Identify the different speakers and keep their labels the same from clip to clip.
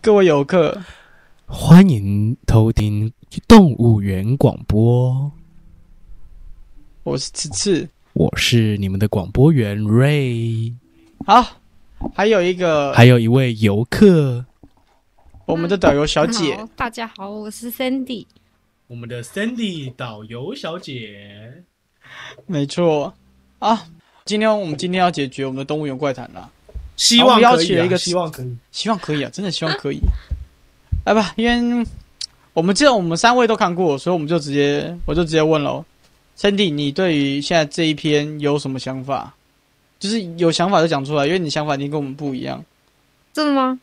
Speaker 1: 各位游客，
Speaker 2: 欢迎偷听动物园广播，
Speaker 1: 我是迟迟。
Speaker 2: 我是你们的广播员 Ray，
Speaker 1: 好，还有一个
Speaker 2: 还有一位游客，
Speaker 1: 我们的导游小姐
Speaker 3: 好，大家好，我是 Sandy。
Speaker 2: 我们的 Sandy 导游小姐。
Speaker 1: 没错啊。今天我们今天要解决我们的动物园怪谈啦，
Speaker 4: 希
Speaker 1: 哦
Speaker 4: 望
Speaker 1: 好我们
Speaker 4: 可
Speaker 1: 邀请
Speaker 4: 以、
Speaker 1: 了
Speaker 4: 啊，
Speaker 1: 一个
Speaker 4: 希望可以。
Speaker 1: 希望可以啊，真的希望可以。来吧，因为我们这我们三位都看过，所以我们就直接我就直接问喽。Sandy，你对于现在这一篇有什么想法？就是有想法就讲出来，因为你想法一定跟我们不一样。
Speaker 3: 真的吗？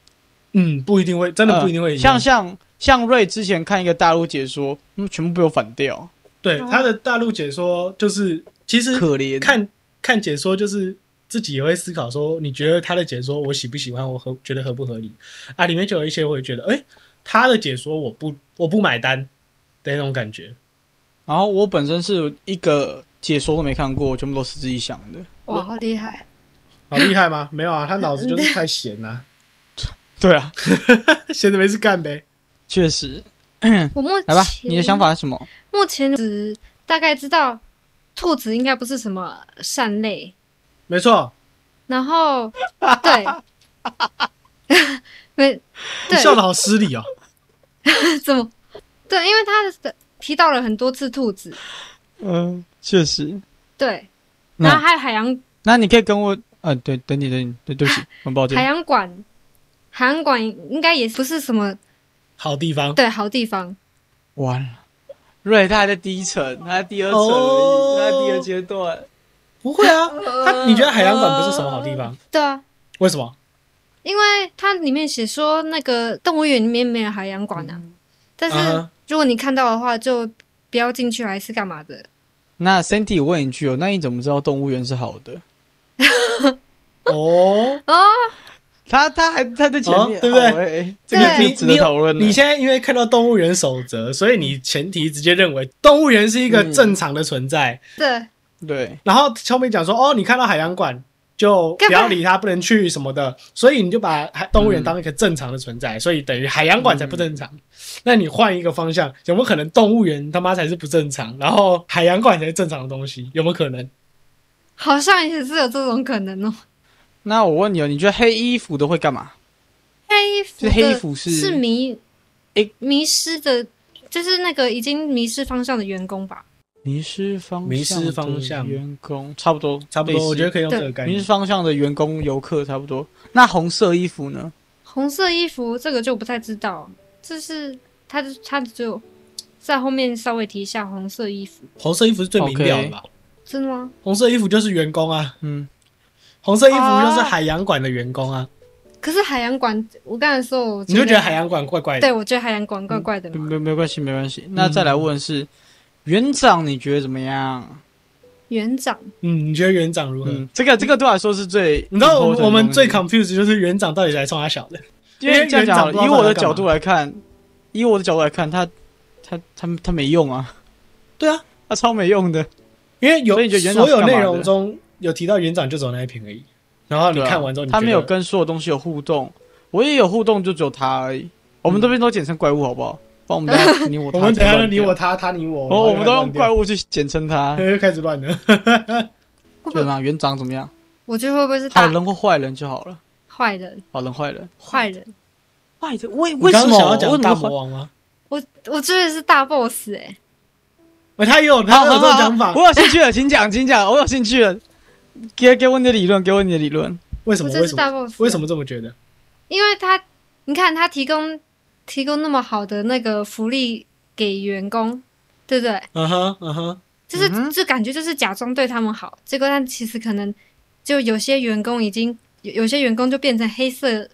Speaker 4: 嗯，不一定会，真的不一定会
Speaker 1: 呃
Speaker 4: 一
Speaker 1: 像
Speaker 4: 样。
Speaker 1: 像像瑞之前看一个大陆解说，嗯，全部被我反掉，
Speaker 4: 对他的大陆解说，就是其实
Speaker 1: 可怜。
Speaker 4: 看看解说，就是自己也会思考说，你觉得他的解说我喜不喜欢，我合觉得合不合理啊？里面就有一些我会觉得，哎、他的解说我不我不买单的那种感觉。
Speaker 1: 然后我本身是一个解说都没看过，我全部都是自己想的。
Speaker 3: 哇，好厉害！
Speaker 4: 好厉害吗？ 没有啊，他脑子就是太闲啊了、
Speaker 1: 对啊，
Speaker 4: 闲着没事干呗。
Speaker 1: 确实。
Speaker 3: 我目前
Speaker 1: 嗯来吧，你的想？法是什么？
Speaker 3: 目前只大概知道，兔子应该不是什么善类，
Speaker 4: 没错，
Speaker 3: 然后 对， 没
Speaker 4: 你笑
Speaker 3: 对
Speaker 4: 的好失礼哦。
Speaker 3: 怎么对？因为他的提到了很多次兔子，
Speaker 1: 嗯，确实。
Speaker 3: 对，
Speaker 1: 那
Speaker 3: 然后还有海洋
Speaker 1: 那你可以跟我，呃，对，等你，等你，对，对不起，很抱
Speaker 3: 海
Speaker 1: 歉。
Speaker 3: 洋馆，海洋馆应该也不是什么
Speaker 4: 好地方，
Speaker 3: 对好地方。
Speaker 1: 完了，瑞他还在第一层，他在第二层而已，
Speaker 4: 哦
Speaker 1: 他在第二阶段。
Speaker 4: 不会啊。呃他你觉得海洋馆不是什么好地方？
Speaker 3: 对啊，
Speaker 4: 为什 么？
Speaker 3: 因为它里面写说那个动物园里面没有海洋馆啊，但是
Speaker 4: 啊
Speaker 3: 如果你看到的话，就不要进去还是干嘛的？
Speaker 1: 那 Sandy，我问你一句哦，那你怎么知道动物园是好的？
Speaker 4: 哦，
Speaker 3: 哦，
Speaker 1: 他他还他在前面，
Speaker 4: 哦对不对
Speaker 1: 好哎这个
Speaker 3: 对
Speaker 1: 是值得讨论的。
Speaker 4: 你现在因为看到动物园守则，所以你前提直接认为动物园是一个正常的存在。
Speaker 3: 对，
Speaker 1: 对，
Speaker 4: 然后后面讲说，哦，你看到海洋馆就不要理它，不能去什么的，所以你就把海动物园当一个正常的存在，所以等于海洋馆才不正常。那你换一个方向，有没有可能动物园他妈才是不正常，然后海洋馆才是正常的东西？有没有可能？
Speaker 3: 好像也是有这种可能哦。
Speaker 1: 那我问你哦，你觉得黑衣服的会干嘛？
Speaker 3: 黑衣服
Speaker 1: 是
Speaker 3: 的
Speaker 1: 黑衣服是
Speaker 3: 是迷
Speaker 1: 诶
Speaker 3: 迷失的，就是那个已经迷失方向的员工吧？
Speaker 1: 迷失方向的
Speaker 4: 迷失方向
Speaker 1: 员工差不多，
Speaker 4: 差不多，我觉得可以用
Speaker 3: 对
Speaker 4: 这个概
Speaker 1: 迷失
Speaker 4: 念。
Speaker 1: 方向的员工游客差不多。那红色衣服呢？
Speaker 3: 红色衣服这个就不太知道，就是他就他就在后面稍微提一下红色衣服，
Speaker 4: 红色衣服是最明了的吧
Speaker 3: 真的吗？
Speaker 4: 红色衣服就是员工啊，
Speaker 1: 嗯，
Speaker 4: 红色衣服就是海洋馆的员工啊。
Speaker 3: 可是海洋馆，我刚才说我
Speaker 4: 你就觉得海洋馆嗯怪怪的？
Speaker 3: 对，我觉得海洋馆怪怪的嘛。
Speaker 1: 没没关系，没关系。
Speaker 4: 嗯
Speaker 1: 那再来问是，园长你觉得怎么样？
Speaker 3: 园长，
Speaker 4: 嗯，你觉得园长如何？
Speaker 1: 嗯，这个这个对我来说是最，
Speaker 4: 你知道我们
Speaker 1: important 的
Speaker 4: 我们最
Speaker 1: 东
Speaker 4: confused 就是园长到底来冲他小的，
Speaker 1: 西因为这样讲好
Speaker 4: 因为园
Speaker 1: 了，
Speaker 4: 长不知道
Speaker 1: 以我的
Speaker 4: 他在干嘛
Speaker 1: 角度来看，以我的角度来看，他他他他没用啊，
Speaker 4: 对啊，
Speaker 1: 他超没用的。
Speaker 4: 因为有
Speaker 1: 所以你觉得园长
Speaker 4: 所
Speaker 1: 是干
Speaker 4: 有
Speaker 1: 嘛的
Speaker 4: 内容中有提到园长就走那一篇而已。然后你
Speaker 1: 对啊
Speaker 4: 看完之后你觉
Speaker 1: 他
Speaker 4: 得，
Speaker 1: 没有跟所有东西有互动，我也有互动，就只有他而已。我们这边都简称怪物好不好？帮我 们等下你我他
Speaker 4: 我们等一下就
Speaker 1: 乱
Speaker 4: 你
Speaker 1: 掉
Speaker 4: 我他他你我，
Speaker 1: 哦，我们都用怪
Speaker 4: 物，
Speaker 1: 物去简称 它，
Speaker 4: 又 开始乱了。
Speaker 3: 会不
Speaker 1: 对
Speaker 3: 会？
Speaker 1: 吗？园长怎么样？
Speaker 3: 我觉得会不会是
Speaker 1: 好
Speaker 3: 大
Speaker 1: 人或坏人就好了，
Speaker 3: 坏人？
Speaker 1: 好人坏人，
Speaker 3: 坏人？
Speaker 1: 坏人为
Speaker 4: 你
Speaker 1: 为
Speaker 4: 刚
Speaker 1: 什
Speaker 4: 刚
Speaker 1: 么
Speaker 4: 想要
Speaker 1: 为
Speaker 4: 讲
Speaker 1: 什
Speaker 4: 大
Speaker 1: 么
Speaker 4: 魔
Speaker 1: 坏？
Speaker 4: 王吗？
Speaker 3: 我我觉得是大 boss 哎、
Speaker 4: 哦他也有他
Speaker 1: 好
Speaker 4: 有
Speaker 1: 好
Speaker 4: 这种
Speaker 1: 好
Speaker 4: 讲法
Speaker 1: 啊好，我，有兴趣了，请讲，请讲，我有兴趣了。给给我你的理论，给我你的理论。
Speaker 4: 为什
Speaker 3: 我
Speaker 4: 么？
Speaker 3: 觉得
Speaker 4: 为
Speaker 3: 是
Speaker 4: 什
Speaker 3: 大
Speaker 4: 么？
Speaker 3: boss。
Speaker 4: 为什？么这么觉得？
Speaker 3: 因为他，你看他提供提供那么好的那个福利给员工，对不对？
Speaker 4: 嗯哼嗯哼，
Speaker 3: 就是、
Speaker 1: 嗯哼
Speaker 3: 就感觉就是假装对他们好，结果他其实可能就有些员工已经有有些员工就变成黑色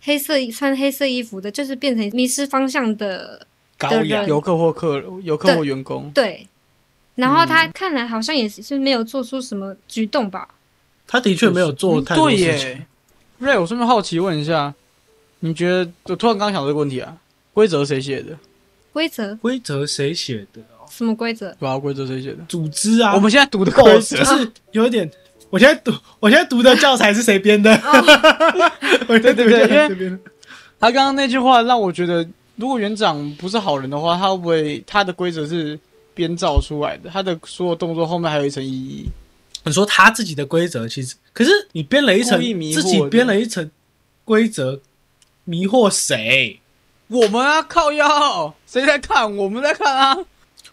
Speaker 3: 黑色穿黑色衣服的，就是变成迷失方向的
Speaker 4: 高
Speaker 3: 对
Speaker 4: 雅
Speaker 3: 对
Speaker 1: 游客或客游客或员工，
Speaker 3: 对，然后
Speaker 4: 嗯
Speaker 3: 他看来好像也是没有做出什么举动吧？
Speaker 4: 他的确没有做
Speaker 1: 嗯
Speaker 4: 太多
Speaker 1: 对
Speaker 4: 事情
Speaker 1: 耶。。瑞，我顺便好奇问一下，你觉得我突然刚想到这个问题啊？规则谁写的？
Speaker 3: 规则
Speaker 4: 规则谁写的哦？
Speaker 3: 什么规则？
Speaker 1: 对吧？规则谁写的？
Speaker 4: 组织啊，
Speaker 1: 我们现在 读的
Speaker 4: 狗
Speaker 1: 规
Speaker 4: 就
Speaker 1: 则，
Speaker 4: 是有一点，我 现在读，我现在读的教材是谁编的？我现在读的教材是谁编的？
Speaker 1: 他刚刚那句话让我觉得，如果园长不是好人的话，他会不会他的规则是编造出来的？他的所有动作后面还有一层意义。
Speaker 4: 你说他自己的规则，其实可是你编了一层
Speaker 1: 故意，迷惑
Speaker 4: 自己编了一层规则，迷惑谁？
Speaker 1: 我们啊，靠腰，谁在看？我们在看啊。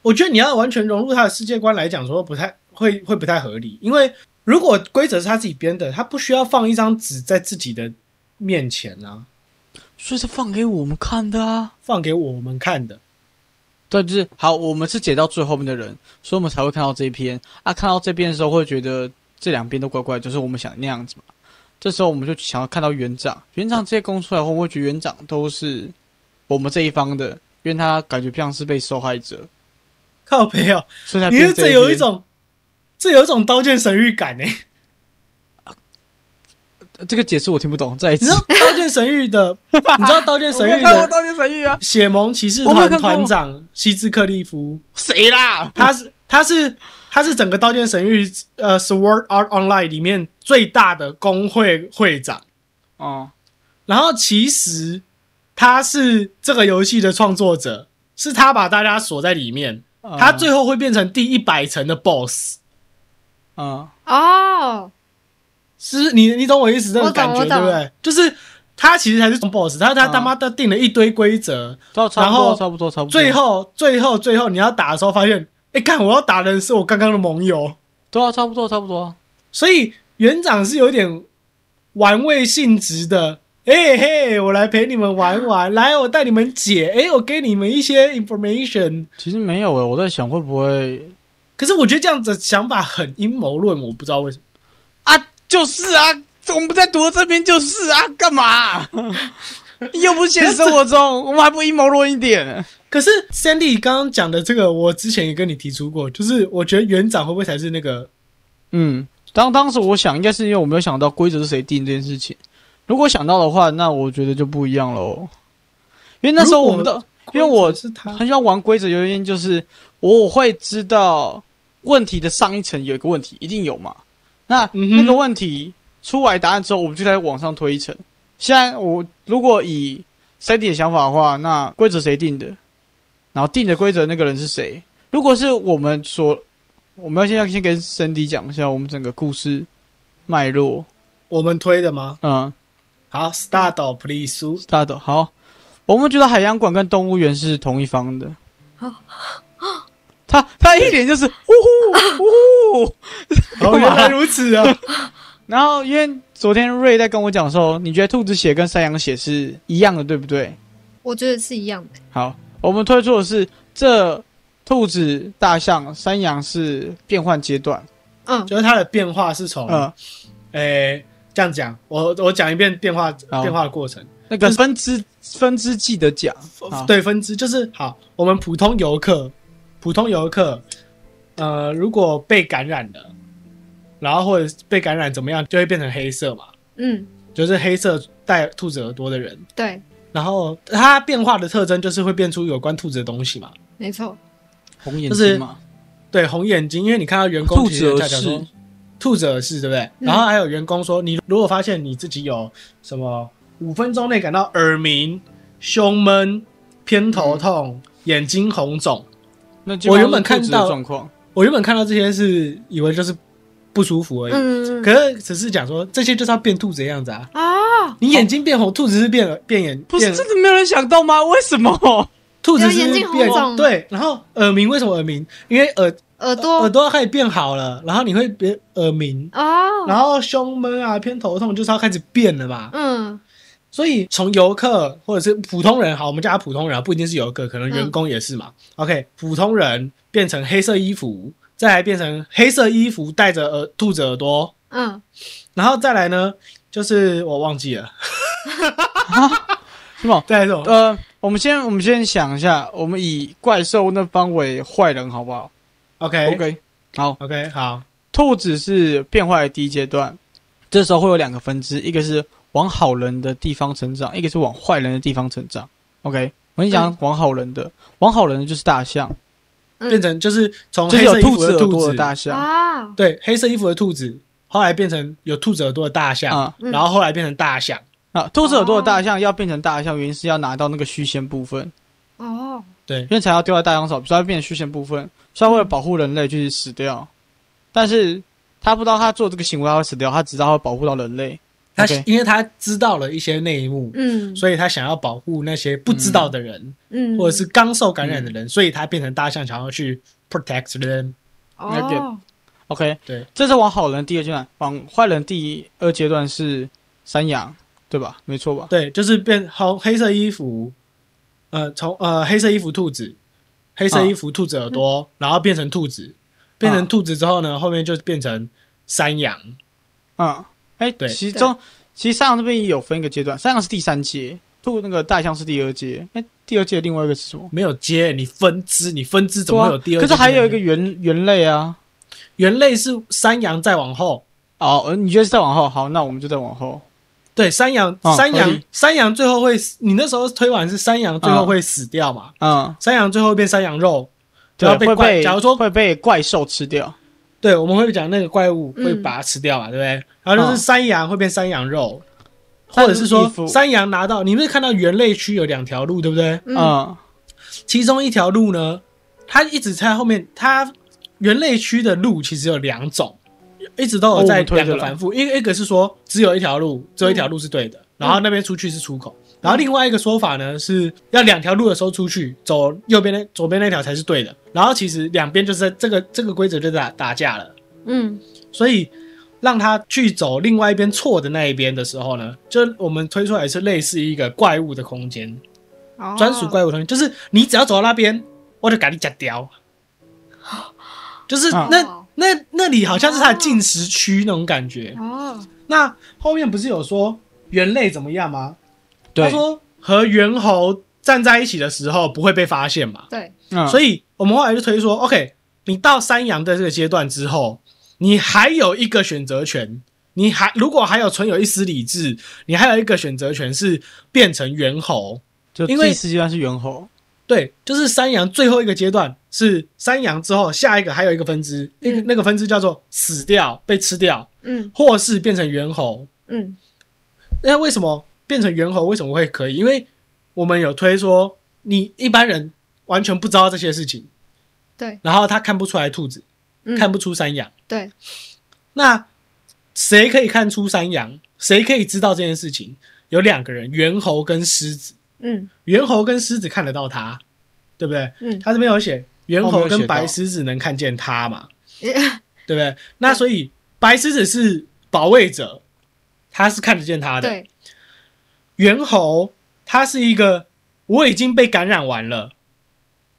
Speaker 4: 我觉得你要完全融入他的世界观来讲，说不太会会不太合理，因为如果规则是他自己编的，他不需要放一张纸在自己的面前啊，
Speaker 1: 所以是放给我们看的啊。
Speaker 4: 放给我们看的。
Speaker 1: 对，就是好，我们是解到最后面的人，所以我们才会看到这一篇啊。看到这边的时候，会觉得这两边都怪怪，就是我们想那样子嘛。这时候我们就想要看到园长，园长这些供出来后，我会觉得园长都是我们这一方的，因为他感觉像是被受害者，
Speaker 4: 靠背哦，
Speaker 1: 所以才
Speaker 4: 你
Speaker 1: 变
Speaker 4: 这有一
Speaker 1: 篇
Speaker 4: 种，这有一种刀剑神域感呢、
Speaker 1: 呃这个解释我听不懂，再一
Speaker 4: 你
Speaker 1: 次
Speaker 4: 知道。刀剑神域 的，你知道刀剑神
Speaker 1: 我没
Speaker 4: 域
Speaker 1: 有看过
Speaker 4: 的
Speaker 1: 刀剑神域啊？
Speaker 4: 血盟骑士
Speaker 1: 我没有看
Speaker 4: 团
Speaker 1: 过
Speaker 4: 团长希兹克利夫，
Speaker 1: 谁啦？
Speaker 4: 他是他是他是整个刀剑神域呃 Sword Art Online 里面最大的工会会长。
Speaker 1: 哦，
Speaker 4: 然后其实他是这个游戏的创作者，是他把大家锁在里面，
Speaker 1: 嗯
Speaker 4: 哦他最后会变成第一百层的 BOSS。
Speaker 1: 嗯
Speaker 3: 哦，
Speaker 4: 是你你懂我意思那
Speaker 3: 我
Speaker 4: 种
Speaker 3: 懂
Speaker 4: 感觉
Speaker 3: 我
Speaker 4: 对
Speaker 3: 懂
Speaker 4: 不对？就是他其实才是 BOSS，他他
Speaker 1: 嗯
Speaker 4: 他妈的定了一堆规则，
Speaker 1: 差差
Speaker 4: 然
Speaker 1: 不多
Speaker 4: 后
Speaker 1: 差不多差不多。
Speaker 4: 最后最后最后你要打的时候发现，哎，看我要打的人是我刚刚的盟友，
Speaker 1: 对啊，差不多差不多。
Speaker 4: 所以园长是有点玩味性质的。哎、嘿，我来陪你们玩玩，来，我带你们解，哎、我给你们一些 information，
Speaker 1: 其实没有诶、欸我在想会不会
Speaker 4: 可是我觉得这样子的想法很阴谋论，我不知道为什么。
Speaker 1: 啊，就是啊，我们在读的这边就是啊，干 嘛、又不是现实生活中，我们还不阴谋论一点？
Speaker 4: 可是 Sandy 刚刚讲的这个，我之前也跟你提出过，就是我觉得园长会不会才是那个？
Speaker 1: 嗯，当当时我想，应该是因为我没有想到规则是谁定这件事情。如果想到的话，那我觉得就不一样喽。因为那时候我们的因为我
Speaker 4: 是他
Speaker 1: 很喜欢玩规则，原因就是我会知道问题的上一层有一个问题，一定有嘛。那
Speaker 4: 嗯哼
Speaker 1: 那个问题出来答案之后，我们就在往上推一层。现在我如果以 Sandy 的想法的话，那规则谁定的？然后定的规则那个人是谁？如果是我们所，我们要先要先跟 Sandy 讲一下我们整个故事脉络。
Speaker 4: 我们推的吗？
Speaker 1: 嗯，
Speaker 4: 好，Start please。
Speaker 1: 大家都好。我们觉得海洋馆跟动物园是同一方的。他他一脸就是呜呼呜呼。
Speaker 4: 哦，原来如此啊！
Speaker 1: 然后因为昨天瑞在跟我讲的时候，你觉得兔子血跟山羊血是一样的，对不对？
Speaker 3: 我觉得是一样的。
Speaker 1: 好，我们推出的是这兔子、大象、山羊是变换阶段。
Speaker 3: 嗯，
Speaker 4: 就是它的变化是从，
Speaker 1: 嗯，
Speaker 4: 诶、这样讲，我我讲一遍变化
Speaker 1: 好
Speaker 4: 变化的过程。
Speaker 1: 那个分支分支记得讲。好
Speaker 4: 对分支就是好，我们普通游客，普通游客，呃，如果被感染了，然后或者被感染怎么样，就会变成黑色嘛，
Speaker 3: 嗯，
Speaker 4: 就是黑色带兔子耳朵的人。
Speaker 3: 对，
Speaker 4: 然后它变化的特征就是会变出有关兔子的东西嘛，
Speaker 3: 没错。
Speaker 1: 红眼
Speaker 4: 就
Speaker 1: 睛
Speaker 4: 是
Speaker 1: 嘛，
Speaker 4: 对，红眼睛，因为你看到员工
Speaker 1: 兔子
Speaker 4: 其实有
Speaker 1: 而
Speaker 4: 在讲说
Speaker 1: 视，
Speaker 4: 兔子耳饰，对不对？
Speaker 3: 嗯
Speaker 4: 然后还有员工说，你如果发现你自己有什么五分钟内感到耳鸣、胸闷、偏头痛、眼睛红肿，
Speaker 1: 那基本上
Speaker 4: 我原本
Speaker 1: 是兔子的
Speaker 4: 看到
Speaker 1: 状况，
Speaker 4: 我原本看到这些是以为就是不舒服而已，
Speaker 3: 嗯，
Speaker 4: 可是只是讲说这些就是要变兔子的样子啊。
Speaker 3: 哦，
Speaker 4: 你眼睛变红，兔子是变了变眼，
Speaker 1: 不是
Speaker 4: 变
Speaker 1: 真的没有人想到吗？为什么？
Speaker 4: 兔子是
Speaker 3: 有眼睛红
Speaker 4: 变
Speaker 3: 肿
Speaker 4: 对，然后耳鸣为什么耳鸣？因为耳
Speaker 3: 耳
Speaker 4: 耳
Speaker 3: 朵
Speaker 4: 朵开始变好了，然后你会变耳鸣，
Speaker 3: 哦，
Speaker 4: 然后胸闷啊、偏头痛就是要开始变了嘛。
Speaker 3: 嗯
Speaker 4: 所以从游客或者是普通人，好，我们叫他普通人啊，不一定是游客，可能员工也是嘛。OK，普通人变成黑色衣服，再来变成黑色衣服带着耳兔子耳朵，
Speaker 3: 嗯，
Speaker 4: 然后再来呢，就是我忘记了，
Speaker 1: 啊 是吗？
Speaker 4: 再来这种
Speaker 1: 呃，我们先我们先想一下，我们以怪兽那方为坏人好不好
Speaker 4: OK
Speaker 1: ？OK，好，
Speaker 4: OK 好，
Speaker 1: 兔子是变坏的第一阶段，这时候会有两个分支，一个是往好人的地方成长，一个是往坏人的地方成长。OK，我跟你讲
Speaker 3: 嗯
Speaker 1: 往好人的，往好人的就是大象，
Speaker 3: 嗯
Speaker 4: 变成就是从
Speaker 1: 就是有
Speaker 4: 黑色衣
Speaker 1: 兔
Speaker 4: 服
Speaker 1: 子耳
Speaker 4: 兔
Speaker 1: 朵
Speaker 4: 子
Speaker 1: 的大象。
Speaker 3: 啊，
Speaker 4: 对，黑色衣服的兔子，后来变成有兔子耳朵的大象，
Speaker 1: 啊
Speaker 3: 嗯
Speaker 4: 然后后来变成大象，
Speaker 1: 啊，兔子耳
Speaker 4: 哦
Speaker 1: 朵的大象要变成大象，原因是要拿到那个虚线部分，
Speaker 3: 哦，
Speaker 4: 对
Speaker 1: 因为才要丢在大象手，所以它变成虚线部分，所以它为了保护人类去死掉。但是他不知道他做这个行为他会死掉，他只知道他会保护到人类。
Speaker 4: 他
Speaker 1: OK
Speaker 4: 因为他知道了一些内幕，
Speaker 3: 嗯，
Speaker 4: 所以他想要保护那些不知道的人，
Speaker 3: 嗯，
Speaker 4: 或者是刚受感染的
Speaker 1: 嗯
Speaker 4: 人，所以他变成大象，想要去 protect them。
Speaker 1: 那点
Speaker 3: 哦，
Speaker 1: OK，
Speaker 4: 对，
Speaker 1: 这是往好人第二阶段，往坏人第二阶段是山羊，对吧？没错吧？
Speaker 4: 对，就是变红黑色衣服，呃，从呃黑色衣服兔子，黑色衣服兔子耳
Speaker 1: 嗯
Speaker 4: 朵，然后变成兔子，变成兔子之后呢，后面就变成山羊。
Speaker 1: 嗯，哎、
Speaker 4: 对
Speaker 1: 其中其实山羊这边也有分一个阶段，山羊是第三阶，兔那个大象是第二阶，哎、第二阶另外一个是什么？
Speaker 4: 没有接你分支，你分支怎么会有第
Speaker 1: 对啊
Speaker 4: 二
Speaker 1: 可
Speaker 4: 阶？
Speaker 1: 是还有一个猿猿类啊。
Speaker 4: 猿类是山羊再往后，
Speaker 1: 哦，呃你觉得是再往后？好，那我们就再往后。
Speaker 4: 对，山羊，
Speaker 1: 哦
Speaker 4: 山
Speaker 1: 合
Speaker 4: 羊
Speaker 1: 理，
Speaker 4: 山羊最后会死，你那时候推完是山羊最后会死掉嘛？
Speaker 1: 嗯，
Speaker 4: 山羊最后变山羊肉，
Speaker 1: 对，
Speaker 4: 然后被
Speaker 1: 会
Speaker 4: 怪
Speaker 1: 被
Speaker 4: 假如说
Speaker 1: 会被怪兽吃掉。
Speaker 4: 对，我们会讲那个怪物
Speaker 3: 嗯
Speaker 4: 会把它吃掉嘛，对不对？然后就是山羊会变山羊肉，或者
Speaker 1: 哦但
Speaker 4: 是
Speaker 1: 衣
Speaker 4: 说
Speaker 1: 服
Speaker 4: 山羊拿到，你不是看到猿类区有两条路，对不对？
Speaker 3: 嗯，
Speaker 1: 嗯，
Speaker 4: 其中一条路呢，它一直在后面，它猿类区的路其实有两种，一直都有
Speaker 1: 哦我
Speaker 4: 在
Speaker 1: 们推
Speaker 4: 两
Speaker 1: 着
Speaker 4: 个
Speaker 1: 来
Speaker 4: 反复，一个一个是说只有一条路，只有一条路是对
Speaker 1: 嗯
Speaker 4: 的，然后那边出去是出口。然后另外一个说法呢，是要两条路的时候出去，走右边那左边那条才是对的。然后其实两边就是在这个这个规则就打打架了。
Speaker 3: 嗯，
Speaker 4: 所以让他去走另外一边错的那一边的时候呢，就我们推出来是类似一个怪物的空间，
Speaker 3: 哦
Speaker 4: 专属，怪物的空间，就是你只要走到那边，我就给你夹掉。 就是
Speaker 1: 啊
Speaker 4: 那、那那里好像是他的进食区那种感觉。
Speaker 3: 哦，
Speaker 4: 那后面不是有说猿类怎么样吗？他
Speaker 1: 对，
Speaker 4: 说和猿猴站在一起的时候不会被发现嘛。
Speaker 3: 对，
Speaker 1: 嗯，
Speaker 4: 所
Speaker 1: 以
Speaker 4: 以我们后来就推说，OK，你到山羊的这个阶段之后，你还有一个选择权，你还如果还有存有一丝理智，你还有一个选择权是变成猿猴。
Speaker 1: 就
Speaker 4: 因为
Speaker 1: 第四阶段是猿猴。
Speaker 4: 对，就是山羊最后一个阶段是山羊之后，下一个还有一个分支，那个
Speaker 3: 嗯
Speaker 4: 那个分支叫做死掉、被吃掉，
Speaker 3: 嗯
Speaker 4: 或是变成猿猴。
Speaker 3: 嗯
Speaker 4: 那为什么变成猿猴为什么会可以？因为我们有推说，你一般人完全不知道这些事情，
Speaker 3: 对，
Speaker 4: 然后他看不出来兔子，
Speaker 3: 嗯，
Speaker 4: 看不出山羊。
Speaker 3: 对，
Speaker 4: 那谁可以看出山羊？谁可以知道这件事情？有两个人，猿猴跟狮子。
Speaker 3: 嗯
Speaker 4: 猿猴跟狮子看得到他，对不对？
Speaker 3: 嗯，
Speaker 4: 他这边有写猿
Speaker 1: 哦没
Speaker 4: 猴
Speaker 1: 有写
Speaker 4: 跟白
Speaker 1: 到
Speaker 4: 狮子能看见他嘛，
Speaker 3: 哦
Speaker 4: 对不对？那所以白狮子是保卫者，他是看得见他的。
Speaker 3: 对，
Speaker 4: 猿猴它是一个我已经被感染完了，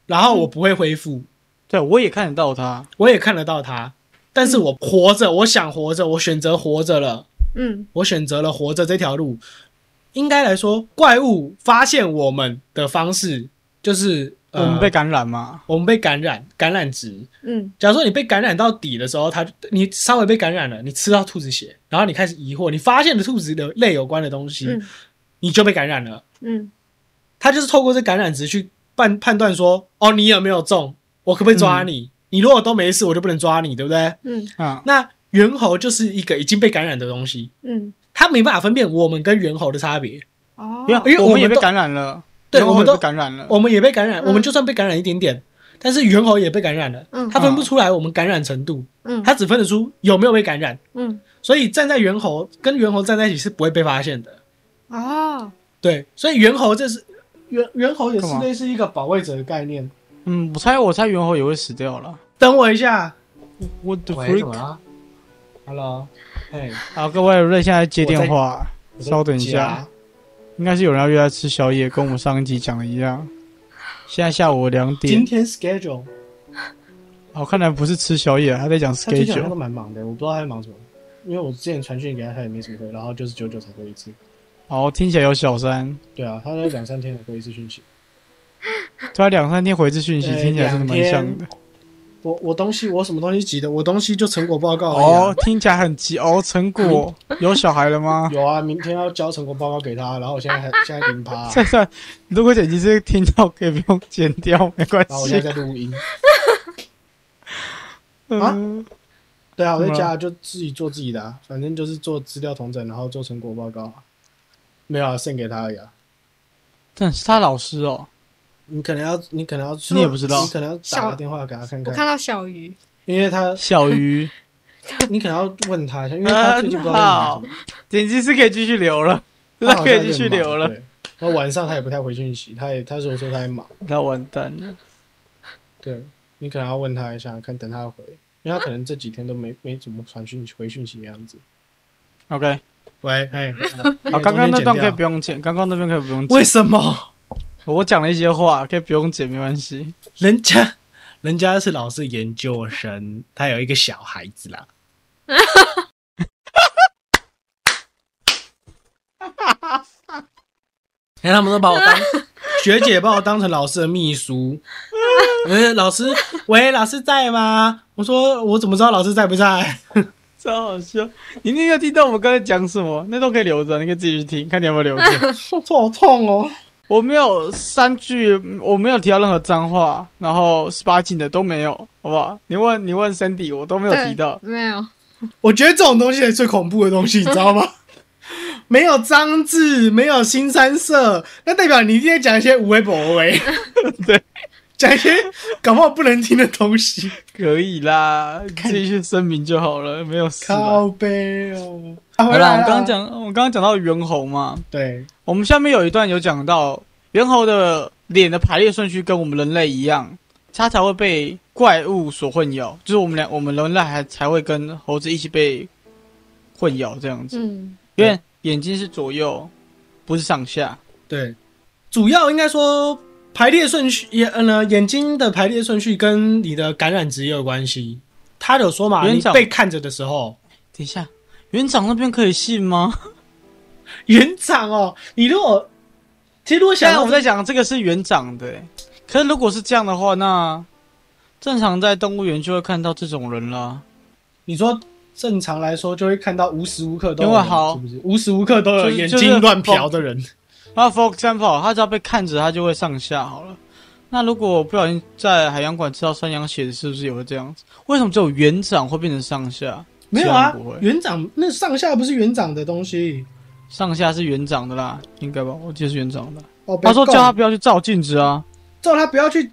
Speaker 4: 然
Speaker 3: 嗯
Speaker 4: 后我不会恢复，
Speaker 1: 对，我也看得到它。
Speaker 4: 我也看得到它，但是我活着，我想活着，我选择活着了。
Speaker 3: 嗯
Speaker 4: 我选择了活着这条路。应该来说，怪物发现我们的方式就是、呃
Speaker 1: 我们被感染嘛？
Speaker 4: 我们被感染，感染值。
Speaker 3: 嗯
Speaker 4: 假如说你被感染到底的时候，它你稍微被感染了，你吃到兔子血，然后你开始疑惑，你发现了兔子的类有关的东西，
Speaker 3: 嗯
Speaker 4: 你就被感染了。
Speaker 3: 嗯
Speaker 4: 它就是透过这感染值去判判断说，哦，你有没有中，我可不可以抓
Speaker 1: 嗯
Speaker 4: 你？你如果都没事，我就不能抓你，对不对？
Speaker 3: 嗯
Speaker 1: 啊，
Speaker 4: 那猿猴就是一个已经被感染的东西，
Speaker 3: 嗯，
Speaker 4: 它没办法分辨我们跟猿猴的差别。
Speaker 3: 哦，
Speaker 1: 因为
Speaker 4: 因为我
Speaker 1: 我
Speaker 4: 们
Speaker 1: 们也被
Speaker 4: 都
Speaker 1: 感染了，
Speaker 4: 对
Speaker 1: 然后
Speaker 4: 我
Speaker 1: 我们
Speaker 4: 们都
Speaker 1: 也被感染了。
Speaker 4: 我们也被感染，
Speaker 3: 嗯
Speaker 4: 我们就算被感染一点点，但是猿猴也被感染了，
Speaker 3: 嗯
Speaker 4: 它分不出来我们感染程度，
Speaker 3: 嗯
Speaker 4: 它只分得出有没有被感染。
Speaker 3: 嗯
Speaker 4: 所以站在猿猴跟猿猴站在一起是不会被发现的。
Speaker 3: 哦，
Speaker 4: 对，所以猿猴这是猿猿猴也是
Speaker 1: 干嘛
Speaker 4: 类似一个保卫者的概念。
Speaker 1: 嗯，我猜我猜猿猴也会死掉了。
Speaker 4: 等我一下，
Speaker 1: 我的
Speaker 4: 喂，怎
Speaker 1: freak！
Speaker 4: 么了？Hello，哎，
Speaker 1: 好，各位，瑞现在接电话，
Speaker 4: 我在
Speaker 1: 稍等一下
Speaker 4: 家，
Speaker 1: 应该是有人要约他吃宵夜，跟我们上一集讲的一样。现在下午两点，
Speaker 4: 今天 schedule，
Speaker 1: 好，看来不是吃宵夜，他在讲
Speaker 4: 他最近好像
Speaker 1: schedule。
Speaker 4: 都蛮忙的，我不知道他在忙什么。因为我之前传讯给他，他也没什么回，然后就是久久才回一次。
Speaker 1: 好，哦听起来有小三，
Speaker 4: 对啊，他那两三天才回一次讯息。
Speaker 1: 突啊然两三天回一次讯息，
Speaker 4: 呃
Speaker 1: 听起来真的蛮像的。
Speaker 4: 我我东西我什么东西急的？我东西就成果报告而已啊
Speaker 1: 哦，听起来很急哦。成 果有小孩了吗？
Speaker 4: 有啊，明天要交成果报告给他，然后我现在还现在零趴、啊
Speaker 1: 算算，如果剪辑师听到可以不用剪掉，没关
Speaker 4: 然哦后我
Speaker 1: 系
Speaker 4: 现。在在录音。啊
Speaker 1: 嗯，
Speaker 4: 对啊，我在
Speaker 1: 怎么
Speaker 4: 家就自己做自己的、啊，反正就是做资料同整，然后做成果报告啊、没有啊，献给他而已啊。
Speaker 1: 但是他老师哦，
Speaker 4: 你可能要，你可能要，
Speaker 1: 你也不知道
Speaker 4: 你可能要打个电话给他看
Speaker 3: 我
Speaker 4: 看，
Speaker 3: 看到小鱼，
Speaker 4: 因为他，
Speaker 1: 小鱼，
Speaker 4: 你可能要问他一下，因为他最近不知道在忙什么
Speaker 1: 点击是可以继续留了，
Speaker 4: 他
Speaker 1: 那
Speaker 4: 好像
Speaker 1: 可以
Speaker 4: 在
Speaker 1: 继续
Speaker 4: 忙
Speaker 1: 留了，。
Speaker 4: 对然后晚上他也不太回讯息，他也他说说他在忙，
Speaker 1: 那完蛋了。
Speaker 4: 对你可能要问他一下，看等他回，因为他可能这几天都没没怎么传讯息回讯息的样子。
Speaker 1: OK，
Speaker 4: 喂， 哎，
Speaker 1: 好，刚刚那段可以不
Speaker 4: 要。
Speaker 1: 用剪，刚刚那边可以不用剪。
Speaker 4: 为什么
Speaker 1: 我讲了一些话，可以不用剪，没关系。
Speaker 4: 人家人家是老师研究生，他有一个小孩子啦，然后他们都把我当学姐，把我当成老师的秘书。 嗯，老师，喂，老师在吗？我说我怎么知道老师在不在？
Speaker 1: 超好笑！你一定要听到我们刚才讲什么，那都可以留着，你可以自己去听，看你有没有留着。
Speaker 4: 我头好痛哦。
Speaker 1: 我没有三句，我没有提到任何脏话，然后十八禁的都没有，好不好？你问你问 Cindy，我都没有提到。
Speaker 3: 没有，
Speaker 4: 我觉得这种东西是最恐怖的东西，你知道吗？ 没有脏字，没有新三色，那代表你一定在讲一些无微不微，
Speaker 1: 对，
Speaker 4: 讲一些搞不好不能听的东西。
Speaker 1: 可以啦，自己去声明就好了，没有事啦。
Speaker 4: 靠背哦，啊
Speaker 1: 好
Speaker 4: 回
Speaker 1: 啦，
Speaker 4: 来
Speaker 1: 我
Speaker 4: 了
Speaker 1: 刚刚讲，我刚刚讲到猿猴嘛，
Speaker 4: 对，
Speaker 1: 我们下面有一段有讲到猿猴的脸的排列顺序跟我们人类一样，它才会被怪物所混淆，就是我们俩我们人类还才会跟猴子一起被混淆这样子，
Speaker 3: 嗯，
Speaker 1: 因为眼睛是左右，不是上下。
Speaker 4: 对，主要应该说排列顺序，眼呃呢眼睛的排列顺序跟你的感染值也有关系。他有说嘛，
Speaker 1: 园
Speaker 4: 你
Speaker 1: 长
Speaker 4: 被看着的时候，
Speaker 1: 等一下，园长那边可以信 吗？
Speaker 4: 园长哦，你如果其实如果
Speaker 1: 现
Speaker 4: 想
Speaker 1: 在
Speaker 4: 到
Speaker 1: 我们在讲这个是园长的欸、可是如果是这样的话，那正常在动物园就会看到这种人啦，
Speaker 4: 你说正常来说就会看到无时无刻都有
Speaker 1: 因为
Speaker 4: 人，
Speaker 1: 好
Speaker 4: 是不是？无时无刻都有
Speaker 1: 就是
Speaker 4: 眼
Speaker 1: 就是
Speaker 4: 睛乱瞟的人，
Speaker 1: 那 for example，他只要被看着，他就会上下好了。那如果不小心在海洋馆吃到山羊血，是不是也会这样子？为什么只有园长会变成上下？
Speaker 4: 没有啊
Speaker 1: 这样不会？
Speaker 4: 园长那上下不是园长的东西
Speaker 1: 上下是园长的啦，应该吧？我记得是园长的。
Speaker 4: 哦。
Speaker 1: 他说
Speaker 4: 被
Speaker 1: 叫
Speaker 4: 告
Speaker 1: 他不要去照镜子啊。
Speaker 4: 叫他不要去，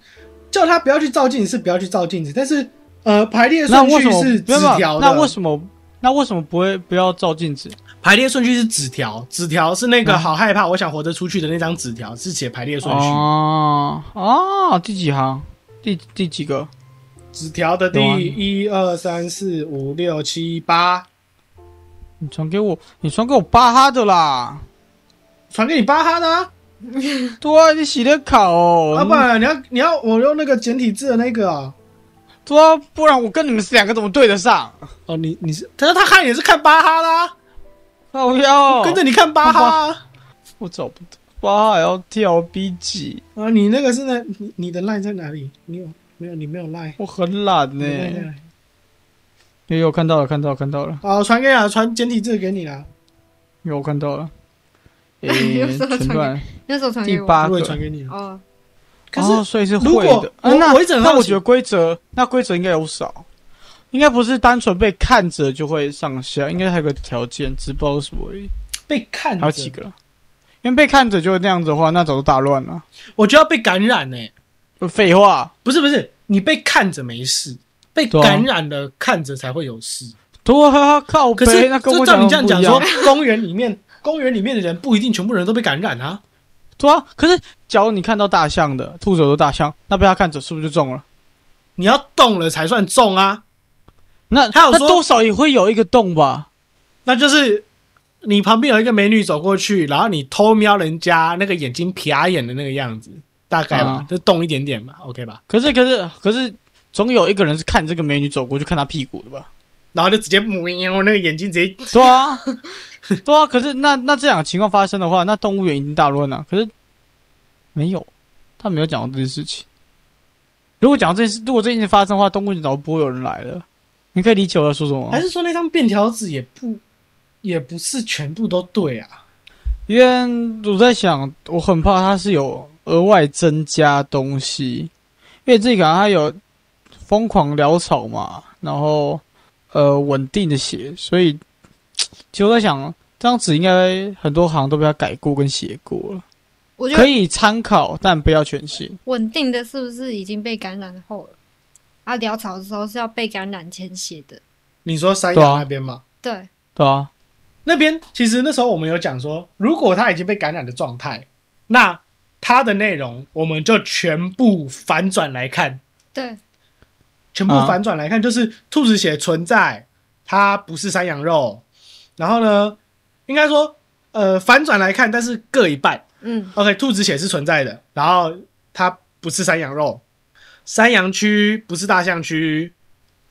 Speaker 4: 叫他不要去照镜子是不要去照镜子，但是呃排列
Speaker 1: 那
Speaker 4: 顺
Speaker 1: 为
Speaker 4: 序
Speaker 1: 什么
Speaker 4: 是
Speaker 1: 没
Speaker 4: 纸
Speaker 1: 有没
Speaker 4: 条
Speaker 1: 有？
Speaker 4: 的，
Speaker 1: 那为什么？那为什么不会不要照镜子？
Speaker 4: 排列顺序是纸条，纸条是那个
Speaker 1: 嗯
Speaker 4: 好害怕，我想活着出去的那张纸条是写排列顺序，
Speaker 1: 哦哦，第几行？第第几个？
Speaker 4: 纸条的第
Speaker 1: 有啊
Speaker 4: 一二三四五六七八，
Speaker 1: 你传给我，你传给我巴哈的啦！
Speaker 4: 传给你巴哈的啊，
Speaker 1: 对啊，你洗的考哦，
Speaker 4: 啊不然你要你要我用那个简体字的那个啊。
Speaker 1: 对啊，不然我跟你们两个怎么对得上？
Speaker 4: 哦，你你是，他说他看也是看巴哈啦，
Speaker 1: 靠腰，
Speaker 4: 跟着你看巴哈
Speaker 1: 哦
Speaker 4: 啊
Speaker 1: 我找不到，巴哈还要跳 B 级，
Speaker 4: 啊！你那个是那，你你的 line 在哪里？你有没有？你没有 line？
Speaker 1: 我很懒呢、
Speaker 4: 没有 line 在哪里
Speaker 1: 有有看到了，看到了看到了，
Speaker 4: 好，传给啊，传简体字给你啦，
Speaker 1: 有我看到 了。诶、
Speaker 3: 有时候
Speaker 1: 全
Speaker 3: 传给
Speaker 1: 段
Speaker 3: 那时候传
Speaker 1: 第
Speaker 3: 给我，
Speaker 1: 八
Speaker 4: 我
Speaker 1: 个
Speaker 4: 也，传给你了。
Speaker 3: 哦，
Speaker 4: 可是
Speaker 1: 哦、所以是
Speaker 4: 如
Speaker 1: 会
Speaker 4: 果
Speaker 1: 的。
Speaker 4: 我
Speaker 1: 啊那
Speaker 4: 我一直很好
Speaker 1: 那我
Speaker 4: 奇
Speaker 1: 觉得规则，那规则应该有少，应该不是单纯被看着就会上下，应该还有个条件，只不知道是什么而已。
Speaker 4: 被看
Speaker 1: 还有
Speaker 4: 着，
Speaker 1: 几个了？因为被看着就是那样子的话，那早就大乱了。
Speaker 4: 我就要被感染呢、欸
Speaker 1: 废话，
Speaker 4: 不是不是，你被看着没事，被
Speaker 1: 对啊
Speaker 4: 感染了看着才会有事。
Speaker 1: 对啊，靠
Speaker 4: 可
Speaker 1: 背，
Speaker 4: 是
Speaker 1: 那跟
Speaker 4: 就
Speaker 1: 我
Speaker 4: 照你这
Speaker 1: 的不
Speaker 4: 样讲
Speaker 1: 一
Speaker 4: 说，公园里面公园里面的人不一定全部人都被感染啊。
Speaker 1: 对啊，可是假如你看到大象的，兔子有大象，那被它看着是不是就中了？
Speaker 4: 你要动了才算中啊，
Speaker 1: 那
Speaker 4: 他有
Speaker 1: 那
Speaker 4: 说
Speaker 1: 多少也会有一个洞吧？
Speaker 4: 那就是你旁边有一个美女走过去，然后你偷瞄人家那个眼睛瞟眼的那个样子，大概吧
Speaker 1: 啊，
Speaker 4: 就动一点点吧，OK 吧，
Speaker 1: 可是可是可是，总有一个人是看这个美女走过去看她屁股的吧？
Speaker 4: 然后就直接喵，
Speaker 1: 哦
Speaker 4: 那个眼睛直接
Speaker 1: 对啊，对啊。可是那那这样的情况发生的话，那动物园已经大乱了。可是没有，他没有讲到这件事情。如果讲到这件事，如果这件事发生的话，动物园早就不会有人来了。你可以理解我在说什么吗
Speaker 4: 还？是说那张便条纸也不也不是全部都对啊？
Speaker 1: 因为我在想，我很怕它是有额外增加东西，因为这个、啊、它有疯狂潦草嘛，然后呃稳定的写，所以其实我在想，这样子应该很多行都被他改过跟写过了，
Speaker 3: 我觉
Speaker 1: 可
Speaker 3: 得
Speaker 1: 以参考，但不要全信。
Speaker 3: 稳定的是不是已经被感染后了？啊，潦草的时候是要被感染前写的，
Speaker 4: 你说三
Speaker 1: 对啊
Speaker 4: 亚那边吗？
Speaker 3: 对，
Speaker 1: 对 啊，
Speaker 4: 那边其实那时候我们有讲说，如果他已经被感染的状态，那他的内容我们就全部反转来看，
Speaker 3: 对，
Speaker 4: 全部
Speaker 1: 啊
Speaker 4: 反转来看，就是兔子血存在，它不是山羊肉。然后呢，应该说，呃，反转来看，但是各一半。
Speaker 3: 嗯，
Speaker 4: OK，兔子血是存在的，然后它不是山羊肉，山羊区不是大象区，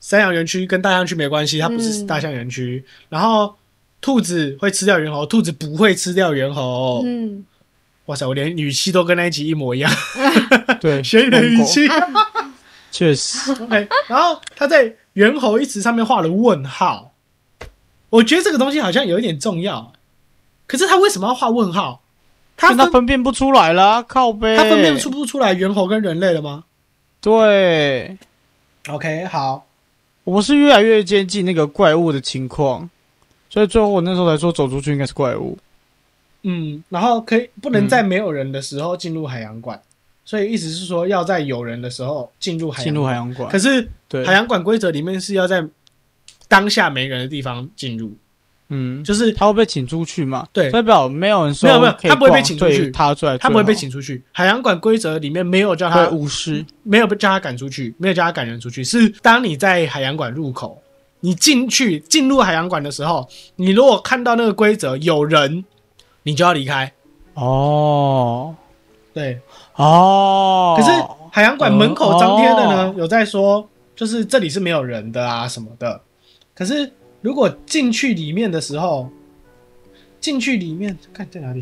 Speaker 4: 山羊园区跟大象区没关系，它不是
Speaker 3: 嗯
Speaker 4: 大象园区。然后兔子会吃掉猿猴，兔子不会吃掉猿
Speaker 1: 哦
Speaker 4: 猴。
Speaker 3: 嗯，
Speaker 4: 哇塞，我连语气都跟那一集一模一样，
Speaker 1: 对，
Speaker 4: 学你的语
Speaker 1: 疯狗
Speaker 4: 气。
Speaker 1: 确实，
Speaker 4: OK，然后他在猿猴一词上面画了问号，我觉得这个东西好像有一点重要。可是他为什么要画问号？他
Speaker 1: 但他
Speaker 4: 分
Speaker 1: 分辨不出来啦，靠背，
Speaker 4: 他分辨出不出来猿猴跟人类了吗
Speaker 1: 对，
Speaker 4: ？OK，好，
Speaker 1: 我们是越来越接近那个怪物的情况，所以最后我那时候才说走出去应该是怪物。
Speaker 4: 嗯，然后可以不能在没有人的时候进入海洋馆，所以意思是说要在有人的时候进入哦海洋
Speaker 1: 进入海洋馆
Speaker 4: 可，是
Speaker 1: 对
Speaker 4: 海，洋馆规则里面是要在当下没人的地方进入，
Speaker 1: 嗯，
Speaker 4: 就是
Speaker 1: 他会被请出去嘛？
Speaker 4: 对
Speaker 1: 代表没有人说
Speaker 4: 没有没有
Speaker 1: 可以
Speaker 4: 他不会被
Speaker 1: 逛
Speaker 4: 请出去
Speaker 1: 啊对他最
Speaker 4: 他不会被请出去。海洋馆规则里面没有叫
Speaker 1: 他
Speaker 4: 他
Speaker 1: 会巫师，
Speaker 4: 没有被叫他赶出去，没有叫他赶人出去，是当你在海洋馆入口，你进去进入海洋馆的时候，你如果看到那个规则有人，你就要离开。
Speaker 1: 哦
Speaker 4: 对，
Speaker 1: 哦，
Speaker 4: 可是海洋馆门口张贴的呢
Speaker 1: 哦，
Speaker 4: 有在说就是这里是没有人的啊什么的。可是如果进去里面的时候，进去里面看在哪里？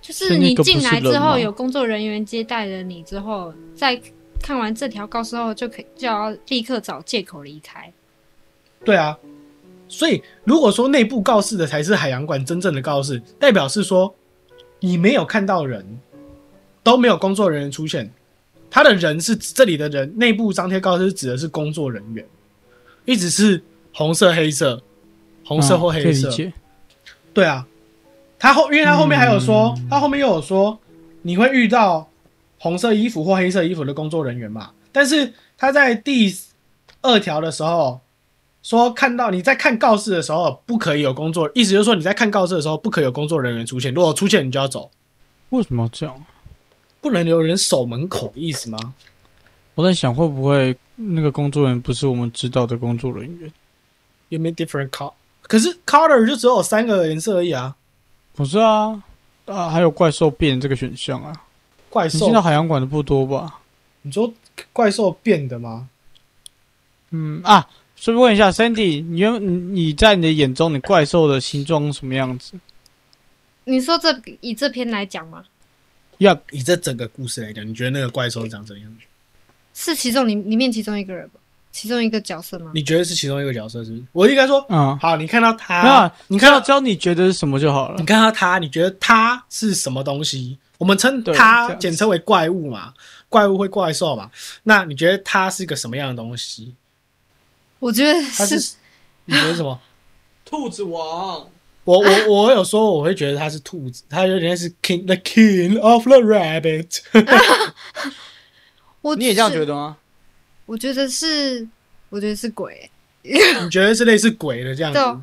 Speaker 3: 就是
Speaker 1: 所以
Speaker 3: 你
Speaker 1: 那个不
Speaker 3: 进
Speaker 1: 是
Speaker 3: 来之
Speaker 1: 人
Speaker 3: 后，
Speaker 1: 吗
Speaker 3: 有工作人员接待了你之后，再看完这条告示后，就可以就要立刻找借口离开。
Speaker 4: 对啊，所以如果说内部告示的才是海洋馆真正的告示，代表是说你没有看到人，都没有工作人员出现，他的人是这里的人，内部张贴告示指的是工作人员，一直是红色、黑色、红色或
Speaker 1: 嗯
Speaker 4: 黑
Speaker 1: 可
Speaker 4: 色
Speaker 1: 以理，解
Speaker 4: 对啊，他后因为他后面还有说，
Speaker 1: 嗯
Speaker 4: 他后面又有说你会遇到红色衣服或黑色衣服的工作人员嘛，但是他在第二条的时候说看到你在看告示的时候不可以有工作，意思就是说你在看告示的时候不可以有工作人员出现，如果出现你就要走，
Speaker 1: 为什么要这样？
Speaker 4: 不能有人守门口的意思吗？
Speaker 1: 我在想会不会那个工作人员不是我们知道的工作人员？
Speaker 4: 有没有 different color？可是 color 就只有三个颜色而已啊，
Speaker 1: 不是啊，啊，还有怪兽变这个选项啊，
Speaker 4: 怪
Speaker 1: 你进到
Speaker 4: 兽，
Speaker 1: 海洋馆的不多吧？
Speaker 4: 你说怪兽变的吗？
Speaker 1: 嗯啊，顺便问一下，Sandy，你原你你在你的眼中，你怪兽的形状是什么样子？
Speaker 3: 你说这以这篇来讲吗？
Speaker 1: 呀，
Speaker 4: 以这整个故事来讲，你觉得那个怪兽长怎样？
Speaker 3: 是其中里里面其中一个人吧，其中一个角色吗？
Speaker 4: 你觉得是其中一个角色是不是？我应该说，
Speaker 1: 嗯，
Speaker 4: 好，你看到
Speaker 1: 没有
Speaker 4: 他
Speaker 1: 啊，
Speaker 4: 你
Speaker 1: 你
Speaker 4: 看
Speaker 1: 看到
Speaker 4: 到
Speaker 1: 只要你觉得是什么就好了
Speaker 4: 你。看到他，你觉得他是什么东西？我们称
Speaker 1: 对
Speaker 4: 他
Speaker 1: 这样
Speaker 4: 简称为怪物嘛，怪物会怪兽嘛。那你觉得他是个什么样的东西？
Speaker 3: 我觉得
Speaker 4: 他
Speaker 3: 是
Speaker 4: 是你觉得什么？
Speaker 1: 兔子王，
Speaker 4: 我我我有说我会觉得他是兔子，他有点是 king the king of the rabbit。
Speaker 3: 我
Speaker 1: 你也这样觉
Speaker 3: 得？
Speaker 1: 得吗？
Speaker 3: 我觉得是，我觉得是鬼、
Speaker 4: 你觉得是类似鬼的这样
Speaker 3: 对
Speaker 4: 子
Speaker 3: 哦，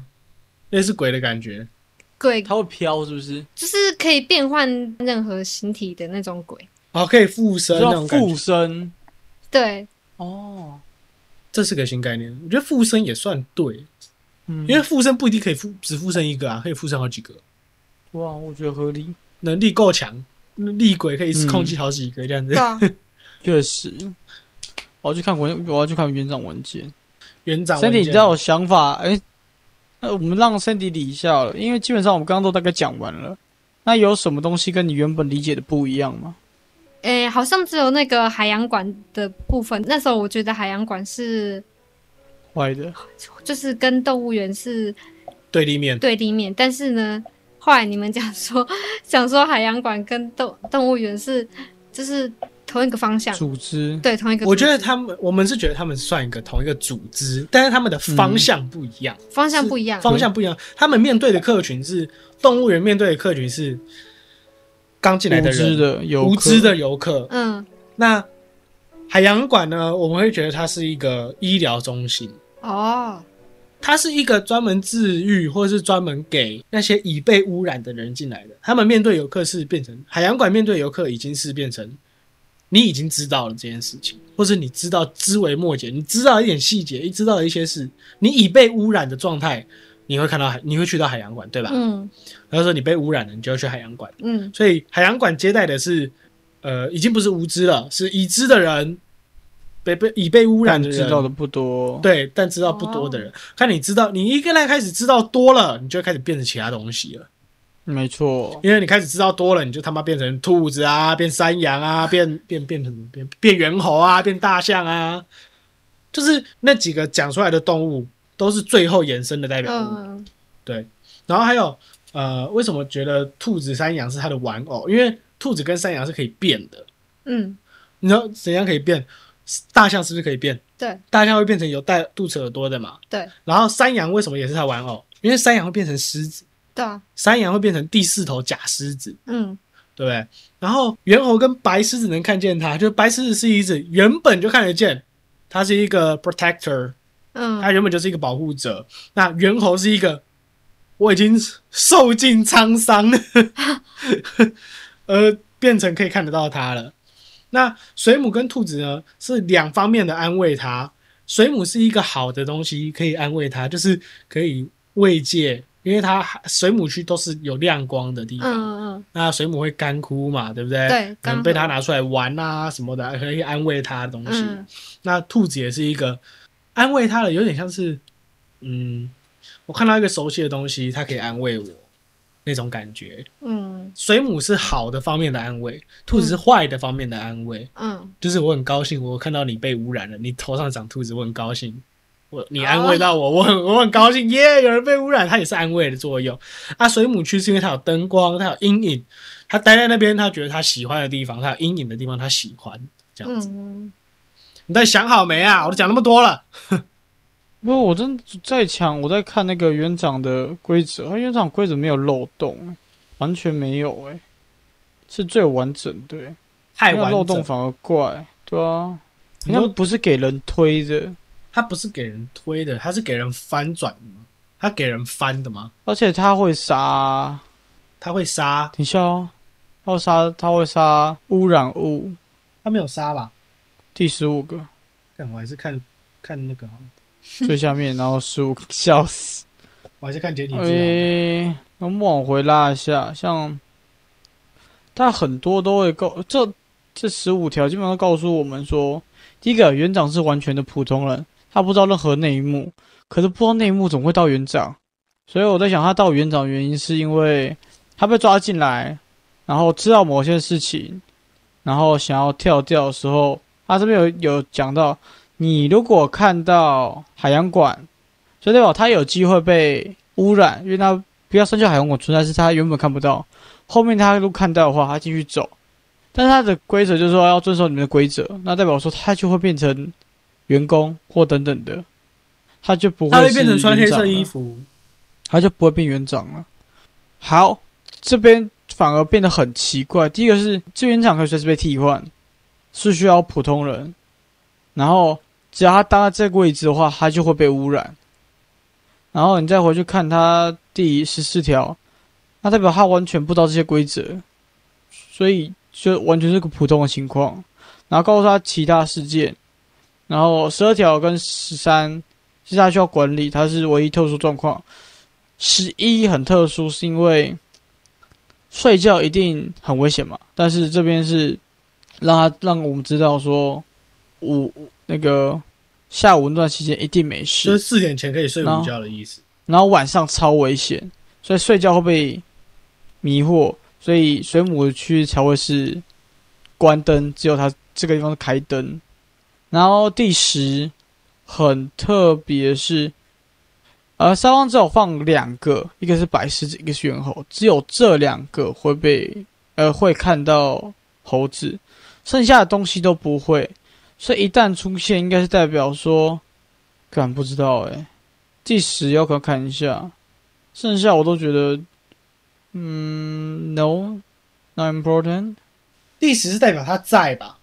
Speaker 4: 类似鬼的感觉？
Speaker 3: 鬼
Speaker 1: 它会飘是不是？
Speaker 3: 就是可以变换任何形体的那种鬼。
Speaker 4: 哦，可以附身那
Speaker 1: 叫
Speaker 4: 种感觉
Speaker 1: 附，身
Speaker 3: 对，
Speaker 1: 哦，
Speaker 4: 这是个新概念。我觉得附身也算对，
Speaker 1: 嗯，
Speaker 4: 因为附身不一定可以附只附身一个啊，可以附身好几个。
Speaker 1: 哇，我觉得合理，
Speaker 4: 能力够强，厉鬼可以一次
Speaker 1: 嗯
Speaker 4: 控制好几个这样子
Speaker 3: 对。啊，
Speaker 1: 确实。我要去看文，我要去看园长文件。
Speaker 4: 园长文
Speaker 1: Sandy，
Speaker 4: 件，
Speaker 1: 你知道我想法？哎、那我们让 Sandy 理一下好了，因为基本上我们刚刚都大概讲完了。那有什么东西跟你原本理解的不一样吗？
Speaker 3: 诶、好像只有那个海洋馆的部分。那时候我觉得海洋馆是
Speaker 1: 坏的，
Speaker 3: 就是跟动物园是
Speaker 4: 对立面，
Speaker 3: 对立面，但是呢，后来你们讲说讲说海洋馆跟动动物园是就是同一个方向，
Speaker 1: 组织
Speaker 3: 对同一个组织。
Speaker 4: 我觉得他们，我们是觉得他们算一个同一个组织，但是他们的方向不一样，
Speaker 3: 方向不一样，
Speaker 4: 方向不一样。他们面对的客群是动物园面对的客群是刚进来
Speaker 1: 无
Speaker 4: 的
Speaker 1: 知
Speaker 4: 人，
Speaker 1: 的游客
Speaker 4: 无知的游客。
Speaker 3: 嗯
Speaker 4: 那海洋馆呢，我们会觉得它是一个医疗中心，
Speaker 3: 哦，
Speaker 4: 它是一个专门治愈或是专门给那些已被污染的人进来的。他们面对游客是变成海洋馆面对游客已经是变成你已经知道了这件事情，或是你知道枝微末节，你知道一点细节，你知道一些事，你已被污染的状态，你会看到海，你会去到海洋馆，对吧？
Speaker 3: 嗯
Speaker 4: 然后说你被污染了，你就要去海洋馆。
Speaker 3: 嗯
Speaker 4: 所以海洋馆接待的是，呃，已经不是无知了，是已知的人，被被已被污
Speaker 1: 但
Speaker 4: 染的人，
Speaker 1: 知道的不多。
Speaker 4: 对，但知道不多的人，看你知道，你一个人开始知道多了，你就会开始变成其他东西了。
Speaker 1: 没错，
Speaker 4: 因为你开始知道多了，你就他妈变成兔子啊，变山羊啊，变变变成什么变变猿猴啊，变大象啊，就是那几个讲出来的动物都是最后延伸的代表物。
Speaker 3: 嗯
Speaker 4: 然后还有呃，为什么觉得兔子、山羊是它的玩偶？因为兔子跟山羊是可以变的。
Speaker 3: 嗯，
Speaker 4: 你知道怎样可以变？大象是不是可以变？
Speaker 3: 对
Speaker 4: 大象会变成有带肚子耳朵的嘛？
Speaker 3: 对
Speaker 4: 然后山羊为什么也是它玩偶？因为山羊会变成狮子，
Speaker 3: 对啊，
Speaker 4: 山羊会变成第四头假狮子，
Speaker 3: 嗯
Speaker 4: 对不对？然后猿猴跟白狮子能看见它，就是白狮子是一只原本就看得见，它是一个 protector，它
Speaker 3: 嗯
Speaker 4: 原本就是一个保护者。那猿猴是一个我已经受尽沧桑， 而变成可以看得到它了。那水母跟兔子呢，是两方面的安慰它。水母是一个好的东西，可以安慰它，就是可以慰藉，因为它水母区都是有亮光的地
Speaker 3: 嗯
Speaker 4: 方。
Speaker 3: 嗯，
Speaker 4: 那水母会干枯嘛，对不对？
Speaker 3: 对
Speaker 4: 可
Speaker 3: 干
Speaker 4: 能
Speaker 3: 涸
Speaker 4: 被它拿出来玩啊什么的，可以安慰它的东西。
Speaker 3: 嗯
Speaker 4: 那兔子也是一个安慰他的，有点像是，嗯，我看到一个熟悉的东西，它可以安慰我那种感觉。
Speaker 3: 嗯
Speaker 4: 水母是好的方面的安慰，兔子是坏的方面的安慰，
Speaker 3: 嗯，
Speaker 4: 就是我很高兴，我看到你被污染了，你头上长兔子，我很高兴。我你安慰到我，我很我很高兴，耶、有人被污染，它也是安慰的作用。啊，水母区是因为它有灯光，它有阴影，它待在那边，它觉得它喜欢的地方，它有阴影的地方，它喜欢这样子。
Speaker 3: 嗯
Speaker 4: 你到底想好没啊？我都讲那么多了。
Speaker 1: 不过我真的在抢，我在看那个园长的规则，哦它园长规则没有漏洞，完全没有哎、是最完整的、欸，
Speaker 4: 太
Speaker 1: 没有
Speaker 4: 完
Speaker 1: 漏
Speaker 4: 整
Speaker 1: 洞，反而怪，对啊，
Speaker 4: 你
Speaker 1: 那
Speaker 4: 说
Speaker 1: 不是给人推的，
Speaker 4: 它不是给人推的，它是给人翻转的吗？它给人翻的吗？
Speaker 1: 而且他会杀，啊
Speaker 4: 它会杀？
Speaker 1: 等一下哦，他会杀，他会杀污染物，
Speaker 4: 它没有杀吧？
Speaker 1: 第十五个
Speaker 4: 但我还是看看那个好了，
Speaker 1: 最下面，然后十五个，笑死。
Speaker 4: 我还是看简体字好了。啊
Speaker 1: 诶、我们往回拉一下，像它很多都会告这这十五条，基本上都告诉我们说，第一个园长是完全的普通人，他不知道任何内幕，可是不知道内幕总会到园长，所以我在想他到园长的原因是因为他被抓进来，然后知道某些事情，然后想要跳掉的时候，他这边有有讲到，你如果看到海洋馆。所以代表他有机会被污染，因为他不要生锈海洋馆存在是他原本看不到，后面他如果看到的话，他继续走。但是他的规则就是说要遵守你们的规则，那代表说他就会变成员工或等等的，他就不会
Speaker 4: 它会
Speaker 1: 是
Speaker 4: 变成穿黑
Speaker 1: 园长
Speaker 4: 色
Speaker 1: 了
Speaker 4: 衣服，
Speaker 1: 他就不会变园长了。好，这边反而变得很奇怪。第一个是这园长可以随时被替换，是需要普通人，然后只要他搭在这个位置的话，他就会被污染。然后你再回去看他第十四条，那代表他完全不知道这些规则，所以就完全是个普通的情况。然后告诉他其他事件，然后十二条跟十三是他需要管理，他是唯一特殊状况。十一很特殊，是因为睡觉一定很危险嘛。但是这边是让他让我们知道说，午那个下午那段期间一定没事，
Speaker 4: 就是四点前可以睡午觉的意思。
Speaker 1: 然后晚上超危险，所以睡觉会被迷惑，所以水母区才会是关灯，只有它这个地方是开灯。然后第十很特别是，呃，沙汪只有放两个，一个是白狮子，一个是猿猴，只有这两个会被呃会看到猴子，剩下的东西都不会，所以一旦出现，应该是代表说，敢不知道哎、第十要不要看一下？剩下我都觉得，嗯，no，not important
Speaker 4: 第十是代表它在吧？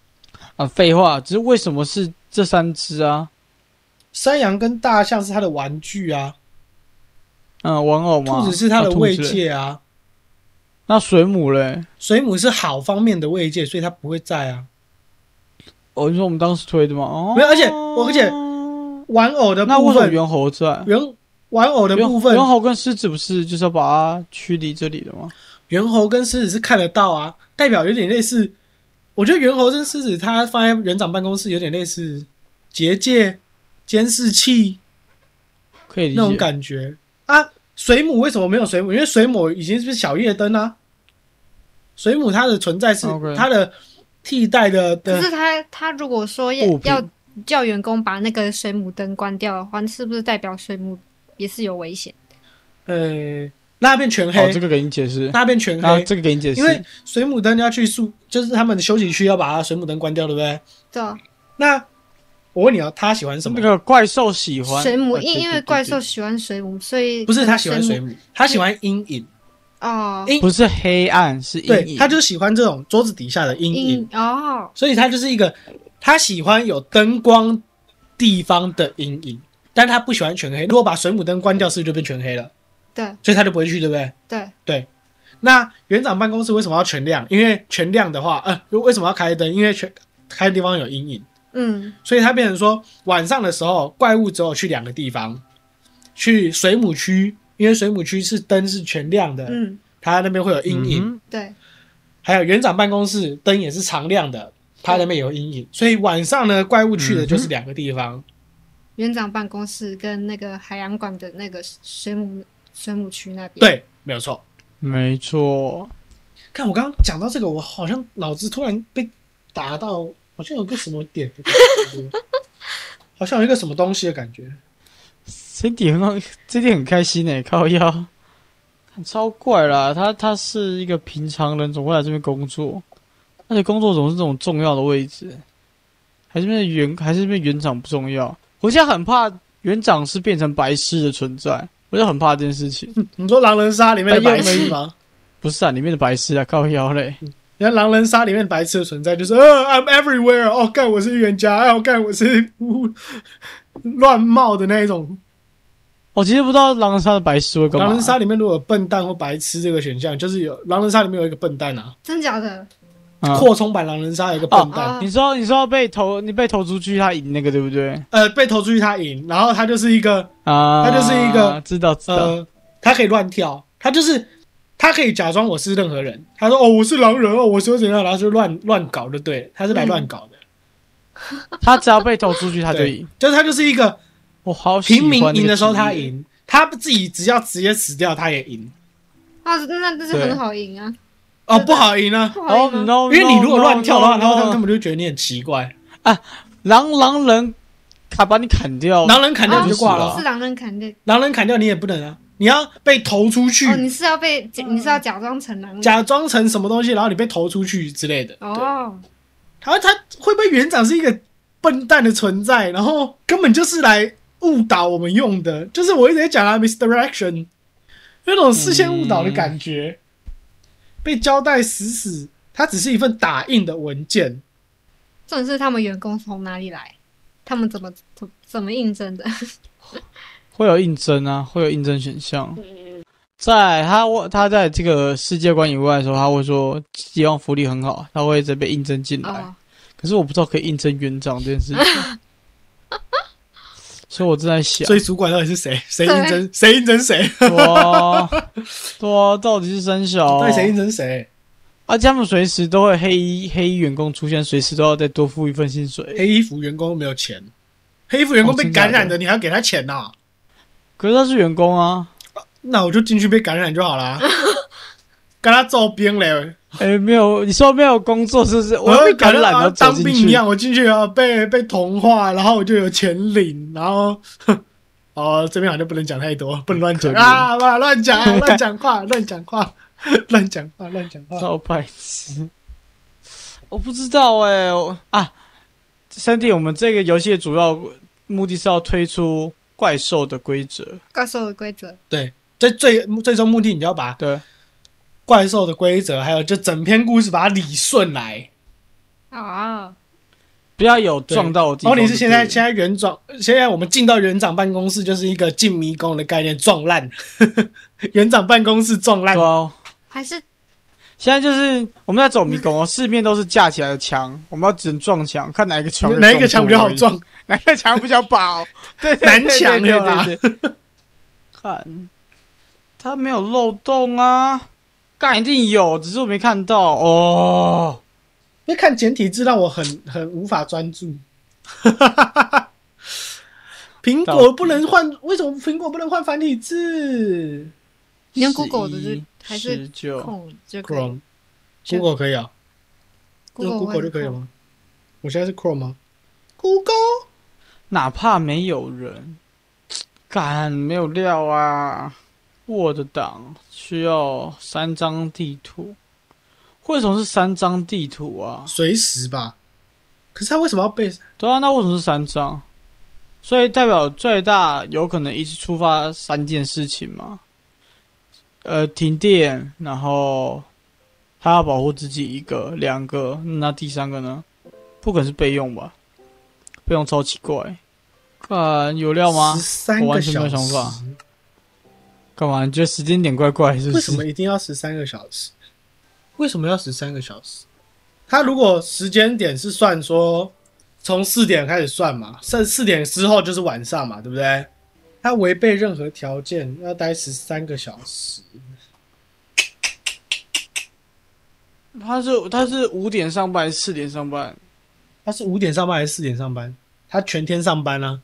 Speaker 1: 啊，废话，只是为什么是这三只啊？
Speaker 4: 山羊跟大象是它的玩具啊，
Speaker 1: 嗯，玩偶嘛，
Speaker 4: 兔子是它
Speaker 1: 啊
Speaker 4: 的慰。
Speaker 1: 兔子
Speaker 4: 藉啊，
Speaker 1: 那水母嘞？
Speaker 4: 水母是好方面的慰藉，所以它不会在啊。
Speaker 1: 哦，你说我们当时推的吗？哦，
Speaker 4: 没有而且我而且玩偶的
Speaker 1: 那
Speaker 4: 部
Speaker 1: 为什么
Speaker 4: 分，
Speaker 1: 猿猴在？
Speaker 4: 猿玩偶的
Speaker 1: 猿
Speaker 4: 部分，
Speaker 1: 猿猴跟狮子不是就是要把它驱离这里的吗？
Speaker 4: 猿猴跟狮子是看得到啊，代表有点类似。我觉得猿猴跟狮子，它放在园长办公室有点类似结界、监视器
Speaker 1: 可以理解。
Speaker 4: 那种感觉啊。水母为什么没有水母？因为水母已经是小夜灯啊。水母它的存在是
Speaker 1: OK
Speaker 4: 它的替代的
Speaker 3: 可
Speaker 4: 的
Speaker 3: 是他他如果说要
Speaker 1: 物品
Speaker 3: 要叫员工把那个水母灯关掉的话，是不是代表水母也是有危险？
Speaker 4: 呃，那变全
Speaker 1: 好，
Speaker 4: 黑
Speaker 1: 哦这，个给你解释。
Speaker 4: 那变全
Speaker 1: 啊，
Speaker 4: 黑。
Speaker 1: 这个给你解释。
Speaker 4: 因为水母灯要去宿，就是他们的休息区要把它水母灯关掉，对不对？
Speaker 3: 对啊，
Speaker 4: 那我问你哦，他喜欢什么
Speaker 1: 那？个怪兽喜欢
Speaker 3: 水母，
Speaker 4: 呃
Speaker 1: 啊对
Speaker 3: 因因
Speaker 1: 对
Speaker 3: 为
Speaker 1: 对
Speaker 3: 怪兽
Speaker 1: 对
Speaker 3: 喜欢水母，所以
Speaker 4: 不是他喜欢水
Speaker 3: 母
Speaker 4: 母，他喜欢阴影。
Speaker 3: 哦，
Speaker 4: 阴
Speaker 1: 不是黑暗是阴
Speaker 4: 对，
Speaker 1: 影，
Speaker 4: 他就喜欢这种桌子底下的阴
Speaker 3: 阴
Speaker 4: 影，
Speaker 3: 哦，
Speaker 4: 所以他就是一个他喜欢有灯光地方的阴影，但他不喜欢全黑。如果把水母灯关掉，是不是就变全黑了？
Speaker 3: 对
Speaker 4: 所以他就不会去，对不对？
Speaker 3: 对，
Speaker 4: 那园长办公室为什么要全亮？因为全亮的话，呃，如为什么要开灯？因为全开的地方有阴影，
Speaker 3: 嗯，
Speaker 4: 所以他变成说晚上的时候，怪物只有去两个地方，去水母区，因为水母区是灯是全亮的，
Speaker 3: 嗯，
Speaker 4: 它那边会有阴影。
Speaker 1: 嗯
Speaker 3: 对，
Speaker 4: 还有园长办公室灯也是常亮的，它那边有阴影，所以晚上呢，怪物去的就是两个地方。
Speaker 3: 园长办公室跟那个海洋馆的那个水母水母区那边，，
Speaker 4: 对，没有错。
Speaker 1: 没错。
Speaker 4: 看我刚刚讲到这个，我好像脑子突然被打到，好像有个什么点的感 觉，好像有一个什么东西的感觉。
Speaker 1: Cindy 很好，Cindy 很开心诶、欸靠腰，超怪啦！他他是一个平常人，总会来这边工作，而且工作总是这种重要的位置，还是那园还是那园长不重要。我现在很怕园长是变成白痴的存在，我就很怕这件事情。
Speaker 4: 你说狼人杀里面的白痴吗？
Speaker 1: 不是啊，里面的白痴啊，靠腰嘞，
Speaker 4: 你看狼人杀里面白痴的存在就是，呃，I'm everywhere，哦，干我是预言家，哦，干我是呜乱冒的那一种
Speaker 1: 我哦其实不知道狼人杀的白痴会干嘛。
Speaker 4: 狼人杀里面如果有笨蛋或白痴这个选项，就是有狼人杀里面有一个笨蛋啊，
Speaker 3: 真假的
Speaker 1: 嗯
Speaker 4: 扩充版狼人杀有一个笨蛋，
Speaker 3: 哦
Speaker 1: 你说你说被投你被投出去，他赢那个对不对？
Speaker 4: 呃，被投出去他赢，然后他就是一个
Speaker 1: 啊，
Speaker 4: 他就是一个
Speaker 1: 知道知道、
Speaker 4: 呃，他可以乱跳，他就是他可以假装我是任何人，他说哦我是狼人哦我是怎样，然后就乱乱搞就对了，他是来乱搞的，
Speaker 1: 他只要被投出去，他就
Speaker 4: 对
Speaker 1: 赢。
Speaker 4: 就是他就是一个
Speaker 1: 我好喜
Speaker 4: 平
Speaker 1: 欢
Speaker 4: 民
Speaker 1: 那个
Speaker 4: 赢的时候
Speaker 1: 职业
Speaker 4: 他，赢，他自己只要直接死掉他也赢，
Speaker 3: 啊，那这是
Speaker 1: 对
Speaker 3: 很好赢啊，
Speaker 4: 哦不好赢啊，
Speaker 3: 不好
Speaker 1: 哦
Speaker 3: 赢吗
Speaker 1: no，
Speaker 4: 因为你如果乱跳的话，
Speaker 1: no,
Speaker 4: 然
Speaker 1: no,
Speaker 4: 后
Speaker 1: no,
Speaker 4: 他们
Speaker 1: no
Speaker 4: 根本就觉得你很奇怪，
Speaker 1: 狼狼人卡把你砍掉，
Speaker 4: 狼人砍掉
Speaker 3: 哦
Speaker 4: 你就挂
Speaker 1: 死
Speaker 4: 了
Speaker 1: 了
Speaker 4: 啊
Speaker 3: 是。狼人砍的，
Speaker 4: 狼人砍掉你也不能啊，你要被投出去，
Speaker 3: 哦，你是要被
Speaker 4: 嗯
Speaker 3: 你是要假装成狼人，
Speaker 4: 假装成什么东西，然后你被投出去之类的。对，
Speaker 3: 哦，
Speaker 4: 他他会不会园长是一个笨蛋的存在，然后根本就是来误导我们用的，就是我一直在讲啊，misdirection，有种视线误导的感觉，被交代死死，它只是一份打印的文件。
Speaker 3: 重点是他们员工从哪里来，他们怎么怎怎么应征的？
Speaker 1: 会有应征啊，会有应征选项。在他他在这个世界观以外的时候，他会说希望福利很好，他会一直被应征进来。
Speaker 3: 哦，
Speaker 1: 可是我不知道可以应征园长这件事情，所以我正在想，
Speaker 4: 所以主管到底是谁？谁
Speaker 3: 对
Speaker 4: 应征？谁应征谁？
Speaker 1: 哇，对啊，到底是三小、
Speaker 4: 到底谁应征谁？
Speaker 1: 啊，他们随时都会黑衣黑衣员工出现，随时都要再多付一份薪水。
Speaker 4: 黑衣服员工没有钱，黑衣服员工被
Speaker 1: 哦真的假
Speaker 4: 感
Speaker 1: 的
Speaker 4: 染的，你还要给他钱呐、
Speaker 1: 可是他是员工啊，
Speaker 4: 那我就进去被感染就好啦。跟他造兵嘞，
Speaker 1: 哎、没有，你说没有工作是不是？我
Speaker 4: 要
Speaker 1: 被感染
Speaker 4: 呃了，
Speaker 1: 了，
Speaker 4: 啊当
Speaker 1: 走进
Speaker 4: 兵
Speaker 1: 去
Speaker 4: 一样，我进去啊，被被同化，然后我就有钱领，然后，哼哦，这边好像不能讲太多，不能乱讲
Speaker 1: 可怜
Speaker 4: 啊，不乱讲啊，乱 讲话，乱讲话，乱讲话，乱讲话。
Speaker 1: 超白痴。我不知道哎、我啊，三 D，我们这个游戏的主要目的是要推出怪兽的规则，
Speaker 3: 怪兽的规则，
Speaker 4: 这最最终目的，你就要把
Speaker 1: 对，
Speaker 4: 怪兽的规则，还有就整篇故事把它理顺来。
Speaker 3: 哦，
Speaker 1: 不要有撞到我地方
Speaker 4: 然后
Speaker 1: 就对
Speaker 4: 哦你
Speaker 1: 了。
Speaker 4: 是现在现在园长，现在我们进到园长办公室就是一个进迷宫的概念，撞烂 园长办公室撞烂
Speaker 1: 对。啊
Speaker 3: 还是
Speaker 1: 现在就是我们在走迷宫哦，四面都是架起来的墙，我们要只能撞墙，看哪一个墙会
Speaker 4: 哪一个墙比较好
Speaker 1: 过
Speaker 4: 撞？
Speaker 1: 而已，哪一个墙比较薄， 对，对
Speaker 4: 南墙
Speaker 1: 对
Speaker 4: 有
Speaker 1: 对
Speaker 4: 啦
Speaker 1: 对对对 看，它没有漏洞啊，干一定有，只是我没看到哦。
Speaker 4: 因为看简体字让我很很无法专注。 苹
Speaker 1: 到
Speaker 4: 果不能换，为什么苹果不能换繁体字
Speaker 3: 你用 Google 的
Speaker 1: 11
Speaker 3: 就还是
Speaker 1: 19
Speaker 3: 控就可以
Speaker 4: ？Chrome、Google 可以啊，用
Speaker 3: Google 会
Speaker 4: Google 就可以了
Speaker 3: 控
Speaker 4: 吗？我现在是 Chrome 吗？Google
Speaker 1: 哪怕没有人，干没有料啊！Word 档需要三张地图，为什么是三张地图啊？
Speaker 4: 随时吧。可是他为什么要背？
Speaker 1: 对啊，那为什么是三张？所以代表最大有可能一次触发三件事情嘛？呃，停电，然后他要保护自己一个、两个，那第三个呢？不可能是备用吧？备用超奇怪，看有料吗
Speaker 4: 十？三
Speaker 1: 我
Speaker 4: 个
Speaker 1: 完全没
Speaker 4: 小
Speaker 1: 有想
Speaker 4: 时，
Speaker 1: 法干嘛？你觉得时间点怪怪是不是？
Speaker 4: 为什么一定要十三个小时？为什么要十三个小时？他如果时间点是算说从四点开始算嘛，算四点之后就是晚上嘛，对不对？他违背任何条件要待十三个小时，
Speaker 1: 他是他是五点上班，四点上班，
Speaker 4: 他是五点上班还是四点上班？他全天上班啊，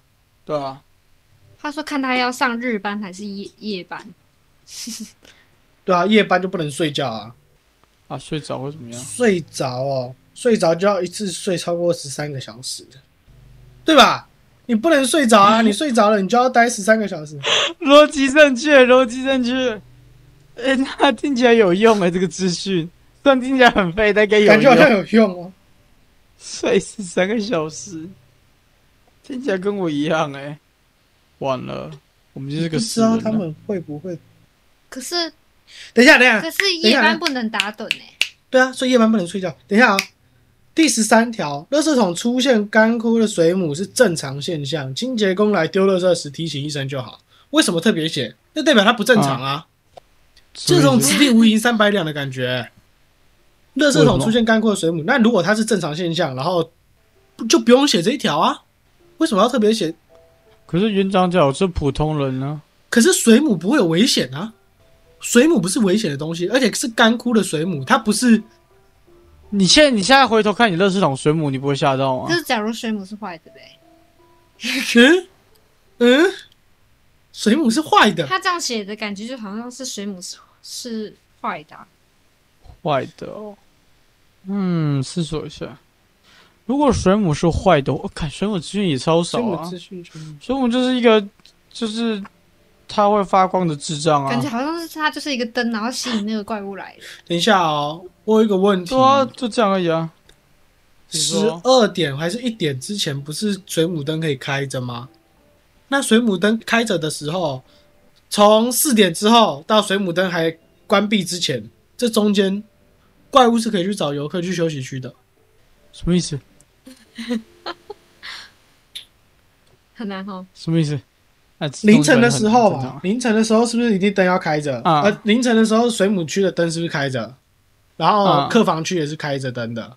Speaker 1: 对啊，
Speaker 3: 他说看他要上日班还是夜夜班，
Speaker 4: 对啊，夜班就不能睡觉啊，
Speaker 1: 啊睡着会怎么样？
Speaker 4: 睡着哦，睡着就要一次睡超过十三个小时，对吧？你不能睡着 啊，你睡着了你就要待十三个小时。
Speaker 1: 逻辑正确，逻辑正确。哎、那听起来有用哎、这个资讯虽然听起来很废，但应该有
Speaker 4: 感觉好像
Speaker 1: 用。
Speaker 4: 有用哦。
Speaker 1: 睡十三个小时，听起来跟我一样哎、晚了，我们就是
Speaker 4: 不
Speaker 1: 个
Speaker 4: 知
Speaker 1: 死
Speaker 4: 道
Speaker 1: 人啊
Speaker 4: 他
Speaker 1: 了。
Speaker 4: 们会不会？
Speaker 3: 可 是
Speaker 4: 等一下，等一下
Speaker 3: 可，是
Speaker 4: 等一
Speaker 3: 夜
Speaker 4: 下
Speaker 3: 班不能打盹哎、
Speaker 4: 对啊，所以夜班不能睡觉。等一下啊、第十三条，垃圾桶出现干枯的水母是正常现象，清洁工来丢垃圾时提醒一声就好。为什么特别写？那代表它不正常啊，这种
Speaker 1: 所以
Speaker 4: 此地无银三百两的感觉。垃圾
Speaker 1: 为什
Speaker 4: 桶
Speaker 1: 么
Speaker 4: 出现干枯的水母，那如果它是正常现象，然后不就不用写这一条啊？为什么要特别写？
Speaker 1: 可是园长讲是普通人啊呢、
Speaker 4: 可是水母不会有危险啊，水母不是危险的东西，而且是干枯的水母，它不是
Speaker 1: 你现在你现在回头看你垃圾桶水母，你不会吓到
Speaker 3: 可
Speaker 1: 吗？
Speaker 3: 是假如水母是坏的嘞，
Speaker 4: 嗯嗯，水母是坏的，
Speaker 3: 他这样写的感觉就好像是水母是是坏的啊、
Speaker 1: 坏的哦。嗯，思索一下，如果水母是坏的，我、看水母资讯也超少
Speaker 4: 水母
Speaker 1: 啊。
Speaker 4: 资讯全部
Speaker 1: 所以我们就是一个，就是它会发光的智障
Speaker 3: 感觉
Speaker 1: 啊！
Speaker 3: 好像是它就是一个灯，然后吸引那个怪物来的。
Speaker 4: 等一下哦，我有一个问题
Speaker 1: 对，啊，就这样而已啊。你
Speaker 4: 十
Speaker 1: 说
Speaker 4: 二点还是一点之前不是水母灯可以开着吗？那水母灯开着的时候，从四点之后到水母灯还关闭之前，这中间怪物是可以去找游客去休息区的。
Speaker 1: 什么意思？
Speaker 3: 很难哦。
Speaker 1: 什么意思？哎，
Speaker 4: 凌晨的时候啊
Speaker 1: 很
Speaker 4: 嘛
Speaker 1: 正，
Speaker 4: 凌晨的时候是不是一定灯要开着？
Speaker 1: 啊
Speaker 4: 呃，凌晨的时候水母区的灯是不是开着？然后
Speaker 1: 啊
Speaker 4: 客房区也是开着灯的。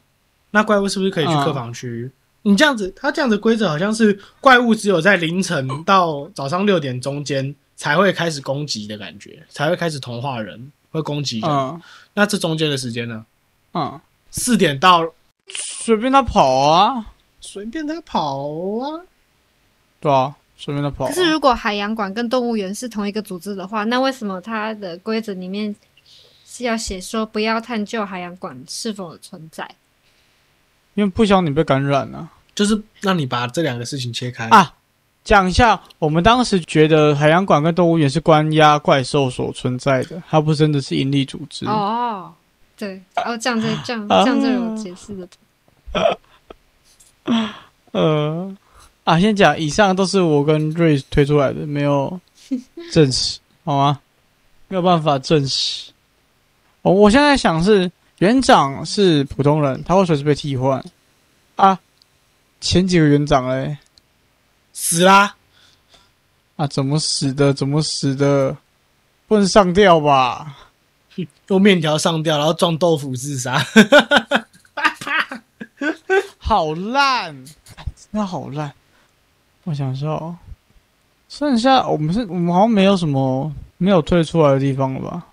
Speaker 4: 那怪物是不是可以去
Speaker 1: 啊
Speaker 4: 客房区？你这样子，它这样子规则好像是怪物只有在凌晨到早上六点中间才会开始攻击的感觉，才会开始同化人，会攻击人。
Speaker 1: 常嗯
Speaker 4: 那这中间的时间呢？
Speaker 1: 嗯，
Speaker 4: 四点到
Speaker 1: 随便它跑啊，
Speaker 4: 随便它跑啊，
Speaker 1: 对啊，随便它跑啊、
Speaker 3: 可是如果海洋馆跟动物园是同一个组织的话，那为什么它的规则里面是要写说不要探究海洋馆是否存在？
Speaker 1: 因为不想你被感染啊。
Speaker 4: 就是让你把这两个事情切开。
Speaker 1: 啊，讲一下，我们当时觉得海洋馆跟动物园是关押怪兽所存在的，它不真的是盈利组织。
Speaker 3: 哦，对，哦，这样这这样
Speaker 4: 啊
Speaker 3: 这样这有解释的。
Speaker 1: 呃，啊，先讲，以上都是我跟瑞推出来的，没有证实，好吗？没有办法证实。我、我现在想是，园长是普通人，他会随时被替换啊。前几个园长嘞，
Speaker 4: 死啦！
Speaker 1: 啊，怎么死的？怎么死的？不能上吊吧？
Speaker 4: 用面条上吊，然后撞豆腐自杀。
Speaker 1: 好烂，哎真的好烂。我想说，哦，剩下我们是我们好像没有什么没有退出来的地方了吧？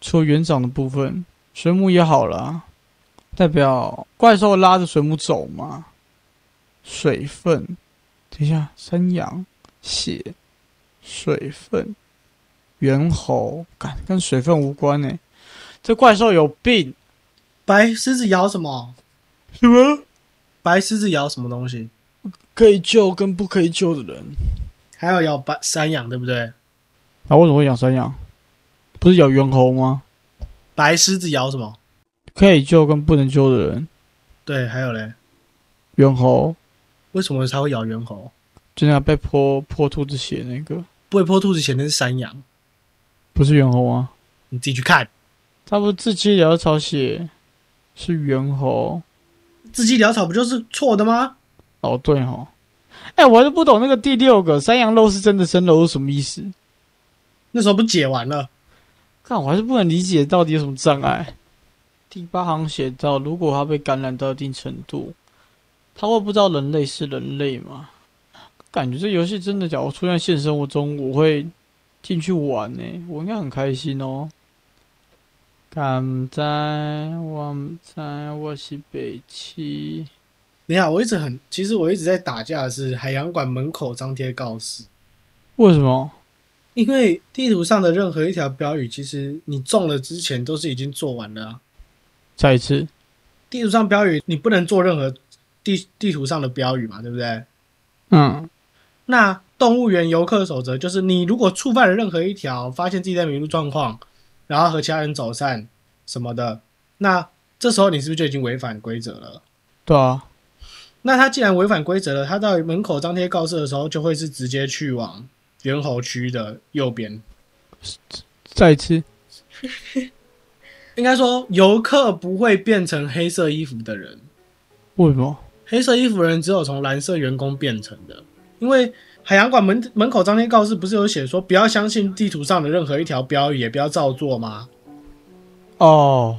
Speaker 1: 除了园长的部分，水母也好了啊，代表怪兽拉着水母走嘛。水分，等一下，山羊血，水分，猿猴，感跟水分无关呢、这怪兽有病，
Speaker 4: 白狮子咬什么？
Speaker 1: 什么
Speaker 4: 白狮子咬什么东西？
Speaker 1: 可以救跟不可以救的人？
Speaker 4: 还有咬白山羊，对不对？
Speaker 1: 啊，为什么会养山羊？不是咬猿猴吗？
Speaker 4: 白狮子咬什么？
Speaker 1: 可以救跟不能救的人，
Speaker 4: 对，还有嘞，
Speaker 1: 猿猴
Speaker 4: 为什么它会咬猿猴？
Speaker 1: 就那个被泼泼兔子血那个，
Speaker 4: 不会泼兔子血那是山羊，
Speaker 1: 不是猿猴吗？
Speaker 4: 你自己去看。
Speaker 1: 他不是自己也要抄血，是猿猴。
Speaker 4: 自己潦草不就是错的吗？
Speaker 1: 哦，对哦，哎、我还是不懂那个第六个山羊肉是真的生肉是什么意思？
Speaker 4: 那时候不解完了？
Speaker 1: 看我还是不能理解到底有什么障碍。第八行写到，如果它被感染到一定程度，它会不知道人类是人类吗？感觉这游戏真的，假如出现在现实生活中，我会进去玩呢、我应该很开心哦。敢在我不在我是北七，
Speaker 4: 你看，我一直很，其实我一直在打架的是海洋馆门口张贴告示，
Speaker 1: 为什么？
Speaker 4: 因为地图上的任何一条标语，其实你中了之前都是已经做完了啊。
Speaker 1: 再一次，
Speaker 4: 地图上标语你不能做任何地地图上的标语嘛，对不对？
Speaker 1: 嗯，
Speaker 4: 那动物园游客守则就是，你如果触犯了任何一条，发现自己在迷路状况，然后和其他人走散什么的，那这时候你是不是就已经违反规则了？
Speaker 1: 对啊，
Speaker 4: 那他既然违反规则了，他到门口张贴告示的时候，就会是直接去往猿猴区的右边。
Speaker 1: 再一次，
Speaker 4: 应该说，游客不会变成黑色衣服的人，
Speaker 1: 为什么？
Speaker 4: 黑色衣服的人只有从蓝色员工变成的。因为海洋馆门门口张贴告示不是有写说，不要相信地图上的任何一条标语，也不要照做吗？
Speaker 1: 哦，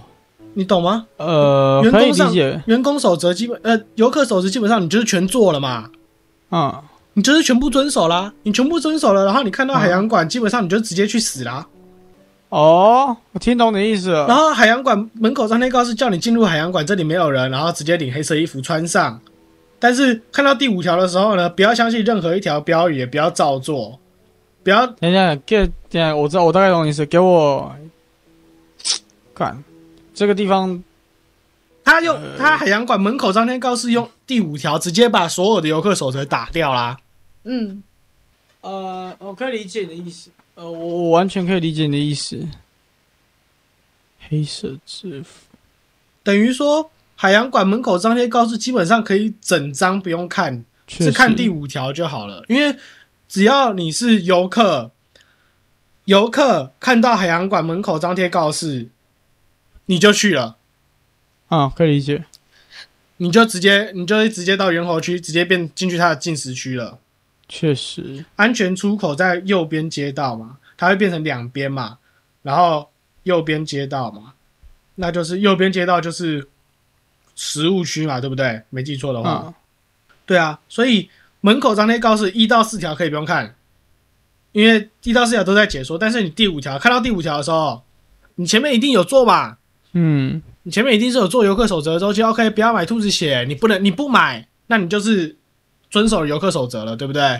Speaker 4: 你懂吗？
Speaker 1: 呃，
Speaker 4: 员
Speaker 1: 可以
Speaker 4: 工
Speaker 1: 理
Speaker 4: 上
Speaker 1: 解，
Speaker 4: 员工守则基本呃，游客守则基本上你就是全做了嘛，
Speaker 1: 嗯。
Speaker 4: 你就是全部遵守啦，你全部遵守了，然后你看到海洋馆，基本上你就直接去死啦。
Speaker 1: 哦，我听懂你的意思
Speaker 4: 然
Speaker 1: 了。
Speaker 4: 后海洋馆门口张贴告示叫你进入海洋馆，这里没有人，然后直接领黑色衣服穿上。但是看到第五条的时候呢，不要相信任何一条标语，也不要照做，不要
Speaker 1: 等一下，给等一下，我知道，我大概懂你意思。给我，看这个地方，
Speaker 4: 他用他海洋馆门口张贴告示用第五条直接把所有的游客守则打掉啦。
Speaker 3: 嗯，
Speaker 1: 呃，我可以理解你的意思。呃，我我完全可以理解你的意思。黑色制服，
Speaker 4: 等于说海洋馆门口张贴告示基本上可以整张不用看，
Speaker 1: 确实
Speaker 4: 是看第五条就好了，因为只要你是游客，游客看到海洋馆门口张贴告示，你就去了，
Speaker 1: 啊、可以理解。
Speaker 4: 你就直接你就会直接到猿猴区，直接变进去它的禁食区了。
Speaker 1: 确实，
Speaker 4: 安全出口在右边街道嘛，它会变成两边嘛，然后右边街道嘛，那就是右边街道就是食物区嘛，对不对？没记错的话，
Speaker 1: 嗯，
Speaker 4: 对啊，所以门口张贴告示一到四条可以不用看，因为一到四条都在解说。但是你第五条看到第五条的时候，你前面一定有做吧？
Speaker 1: 嗯，
Speaker 4: 你前面一定是有做游客守则的时候，就 OK，不要买兔子血，你不能你不买，那你就是遵守游客守则了，对不对？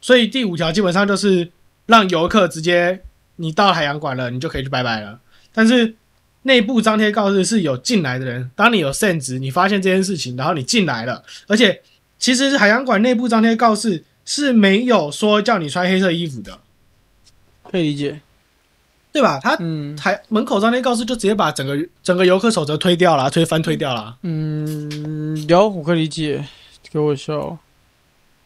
Speaker 4: 所以第五条基本上就是让游客直接你到海洋馆了，你就可以去拜拜了。但是内部张贴告示是有进来的人，当你有 s e 你发现这件事情，然后你进来了，而且其实海洋馆内部张贴告示是没有说叫你穿黑色衣服的，
Speaker 1: 可以理解。
Speaker 4: 对吧？他
Speaker 1: 嗯
Speaker 4: 台门口张贴告示就直接把整个整个游客守则推掉了，推翻推掉了。
Speaker 1: 嗯，有我可以理解，给我笑，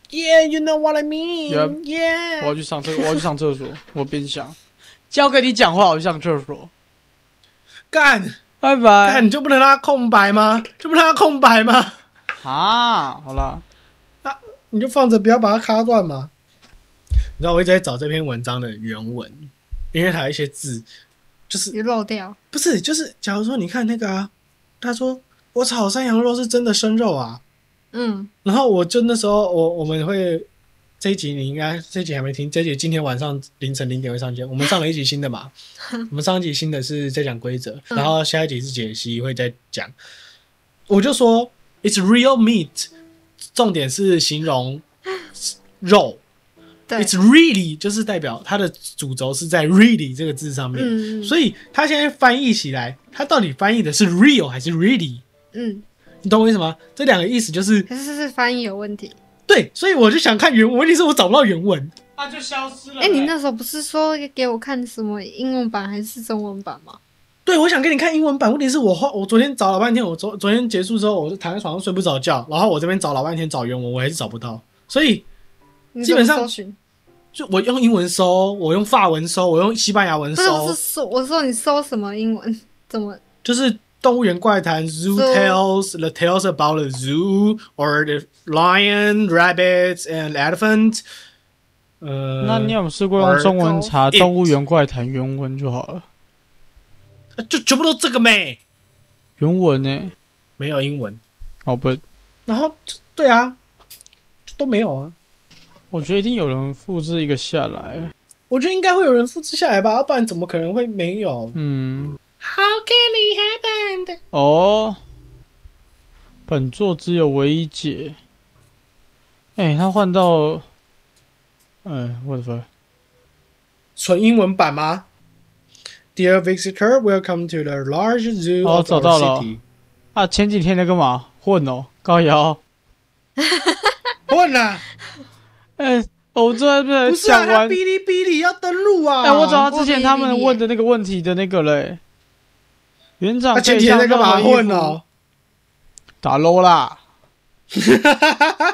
Speaker 4: Yeah, you know what I mean.
Speaker 1: Yep.
Speaker 4: Yeah.
Speaker 1: 我要去上厕，我要去上厕所，我边想， 交给你讲话，我去上厕所，
Speaker 4: 干
Speaker 1: 拜拜
Speaker 4: 干，。你就不能让它空白吗？就不能让它空白吗？
Speaker 1: 啊，好啦，
Speaker 4: 你就放着，不要把它卡断嘛。你知道我一直在找这篇文章的原文，因为它有一些字，就是
Speaker 3: 你漏掉。
Speaker 4: 不是，就是假如说你看那个啊，他说我炒山羊肉是真的生肉啊，
Speaker 3: 嗯，
Speaker 4: 然后我就那时候我我们会这一集你应该这一集还没听，这一集今天晚上凌晨零点会上线，我们上了一集新的 嘛，我们上一集新的是在讲规则，
Speaker 3: 嗯
Speaker 4: 然后下一集是解析会再讲，我就说 it's real meat，重点是形容肉
Speaker 3: 对，
Speaker 4: ，it's really 就是代表它的主轴是在 really 这个字上面。
Speaker 3: 嗯，以
Speaker 4: 所以他现在翻译起来，他到底翻译的是 real 还是 really？
Speaker 3: 嗯，
Speaker 4: 你懂我意思吗？这两个意思就是
Speaker 3: 可是是翻译有问题。
Speaker 4: 对，所以我就想看原文，问题是我找不到原文。
Speaker 1: 那就消失了
Speaker 3: 哎、你那时候不是说给我看什么英文版还是中文版吗？
Speaker 4: 对，我想给你看英文版，问题是我后我昨天找了半天，我昨昨天结束之后，我就躺在床上睡不着觉，然后我这边找了半天找原文，我还是找不到。所以
Speaker 3: 你
Speaker 4: 基本
Speaker 3: 怎么
Speaker 4: 上
Speaker 3: 搜寻
Speaker 4: 就我用英文搜，我用法文搜，我用西班牙文
Speaker 3: 不是不
Speaker 4: 搜
Speaker 3: 是，搜，我说你搜什么英文？怎么？
Speaker 4: 就是动物园怪谈 Zoo
Speaker 3: Zoo
Speaker 4: tales, the tales about the zoo or the lion, rabbits and elephant。呃，
Speaker 1: 那你有没有试过用中文查《动物园怪谈》原文就好了？
Speaker 4: 就全部都这个咩？
Speaker 1: 原文呢、
Speaker 4: 没有英文，
Speaker 1: 哦不，
Speaker 4: 然后对啊，都没有啊。
Speaker 1: 我觉得一定有人复制一个下来。
Speaker 4: 我觉得应该会有人复制下来吧，要不然怎么可能会没有
Speaker 1: 嗯，
Speaker 4: ？How can it happen？
Speaker 1: 哦，本作只有唯一解。哎、他换到，哎，我的妈！
Speaker 4: 纯英文版吗？Dear visitor, welcome to the large zoo
Speaker 1: 哦
Speaker 4: of
Speaker 1: 找
Speaker 4: our
Speaker 1: 到了
Speaker 4: city。
Speaker 1: 啊，前几天在干嘛？混哦，高瑶。
Speaker 4: 混了，
Speaker 1: 哎、我正在这
Speaker 4: 啊不
Speaker 1: 边
Speaker 4: 是啊，
Speaker 1: 讲
Speaker 4: 他
Speaker 1: 完
Speaker 4: 哔。哩哔哩要登录啊。
Speaker 1: 呃哎、我找到之
Speaker 3: 我
Speaker 1: 前
Speaker 3: 没
Speaker 1: 他
Speaker 3: 哦理
Speaker 1: 们
Speaker 3: 你
Speaker 1: 问的那个问题的那个嘞。园长可
Speaker 4: 他
Speaker 1: 以
Speaker 4: 前几天在
Speaker 1: 上
Speaker 4: 干嘛
Speaker 1: 任何衣
Speaker 4: 混
Speaker 1: 服
Speaker 4: 哦？
Speaker 1: 打 low 啦。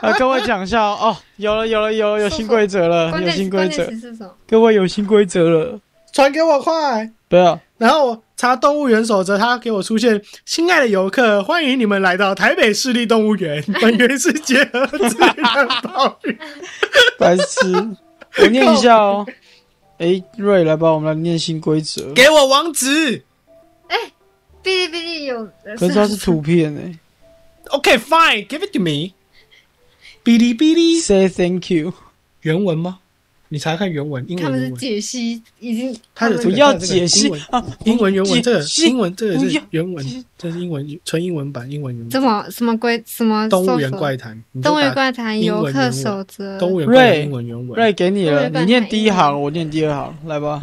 Speaker 1: 呃，各位讲一下哦，哦有了有了有了有新规则了，
Speaker 3: 关
Speaker 1: 有
Speaker 3: 键
Speaker 1: 新
Speaker 3: 关
Speaker 1: 规
Speaker 3: 键
Speaker 1: 则，
Speaker 3: 词是什么？
Speaker 1: 各位有新规则了。
Speaker 4: 传给我快！
Speaker 1: 不要，
Speaker 4: 然后我查动物园守则，它给我出现“亲爱的游客，欢迎你们来到台北市立动物园，本园是结合自然保 育。
Speaker 1: 白 痴，我念一下哦。哎，瑞来吧，我们来念新规则”，。
Speaker 4: 给我网址。
Speaker 3: 哔哩哔哩有，呃啊
Speaker 1: 可是它是图片 哎、
Speaker 4: OK fine, give it to me。哔哩哔哩
Speaker 1: Say thank you，
Speaker 4: 原文吗？你查看原文，英
Speaker 3: 他
Speaker 4: 文
Speaker 3: 们
Speaker 4: 原
Speaker 3: 是
Speaker 4: 文。
Speaker 3: 解析，已经
Speaker 4: 他的
Speaker 1: 不
Speaker 3: 他们
Speaker 4: 这个
Speaker 1: 要解析
Speaker 4: 这个
Speaker 1: 啊！
Speaker 4: 英文原文，这个
Speaker 1: 解析
Speaker 4: 英文这个
Speaker 1: 不
Speaker 4: 是
Speaker 1: 要
Speaker 4: 原文，这是英文纯英文版英文原文。
Speaker 3: 怎么什么规什么
Speaker 4: 动物园
Speaker 3: 搜索
Speaker 4: 怪谈，你就
Speaker 3: 动物园
Speaker 4: 打
Speaker 3: 怪谈游客守则，
Speaker 4: 动物园怪谈
Speaker 1: 瑞
Speaker 4: 英文原文。
Speaker 1: 瑞给你了，
Speaker 3: 对
Speaker 1: 你念第一行，我念第二行，来吧，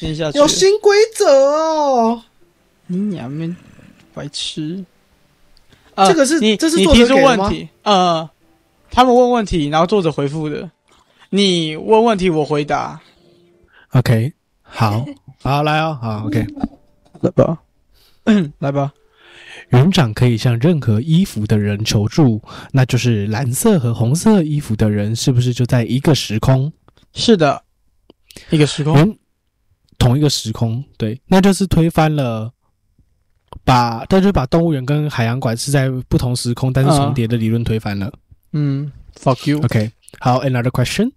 Speaker 1: 念下去。
Speaker 4: 有新规则哦，
Speaker 1: 你娘们，白痴！
Speaker 4: 啊这个是
Speaker 1: 你
Speaker 4: 这是
Speaker 1: 你
Speaker 4: 作者
Speaker 1: 提出
Speaker 4: 给的
Speaker 1: 问
Speaker 4: 吗
Speaker 1: 题，呃，他们问问题，然后作者回复的。你问问题，我回答，
Speaker 2: OK，好， 好来哦，好 OK。
Speaker 1: 来吧， 来吧。
Speaker 2: 园长可以向任何衣服的人求助，那就是蓝色和红色衣服的人是不是就在一个时空？
Speaker 1: 是的，一个时空，
Speaker 2: 原哦同一个时空，对，那就是推翻了把，那就是把动物园跟海洋馆是在不同时空但是重叠的理论推翻了。
Speaker 1: 嗯，fuck you，
Speaker 2: OK，好，another question，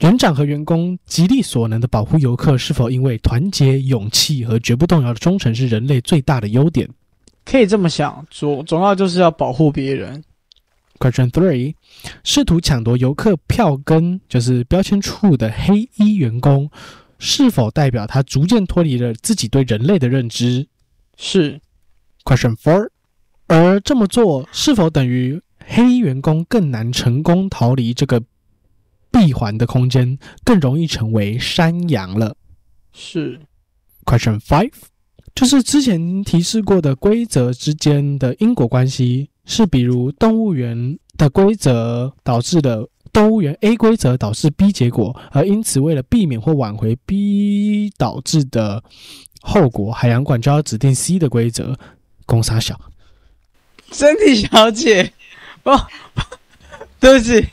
Speaker 2: 园长和员工极力所能的保护游客，是否因为团结、勇气和绝不动摇的忠诚是人类最大的优点？
Speaker 1: 可以这么想，主总要就是要保护别人。
Speaker 2: Question three，试图抢夺游客票根，就是标签处的黑衣员工，是否代表他逐渐脱离了自己对人类的认知
Speaker 1: 是
Speaker 2: ？Question four，而这么做是否等于黑衣员工更难成功逃离这个闭环的空间，更容易成为山羊了？
Speaker 1: 是，
Speaker 2: Question five，就是之前提示过的规则之间的因果关系，是比如动物园的规则导致了动物园 A 规则导致 B 结果，而因此为了避免或挽回 B 导致的后果，海洋馆就要指定 C 的规则。公杀小，
Speaker 1: 身体小姐， 哦，对不起，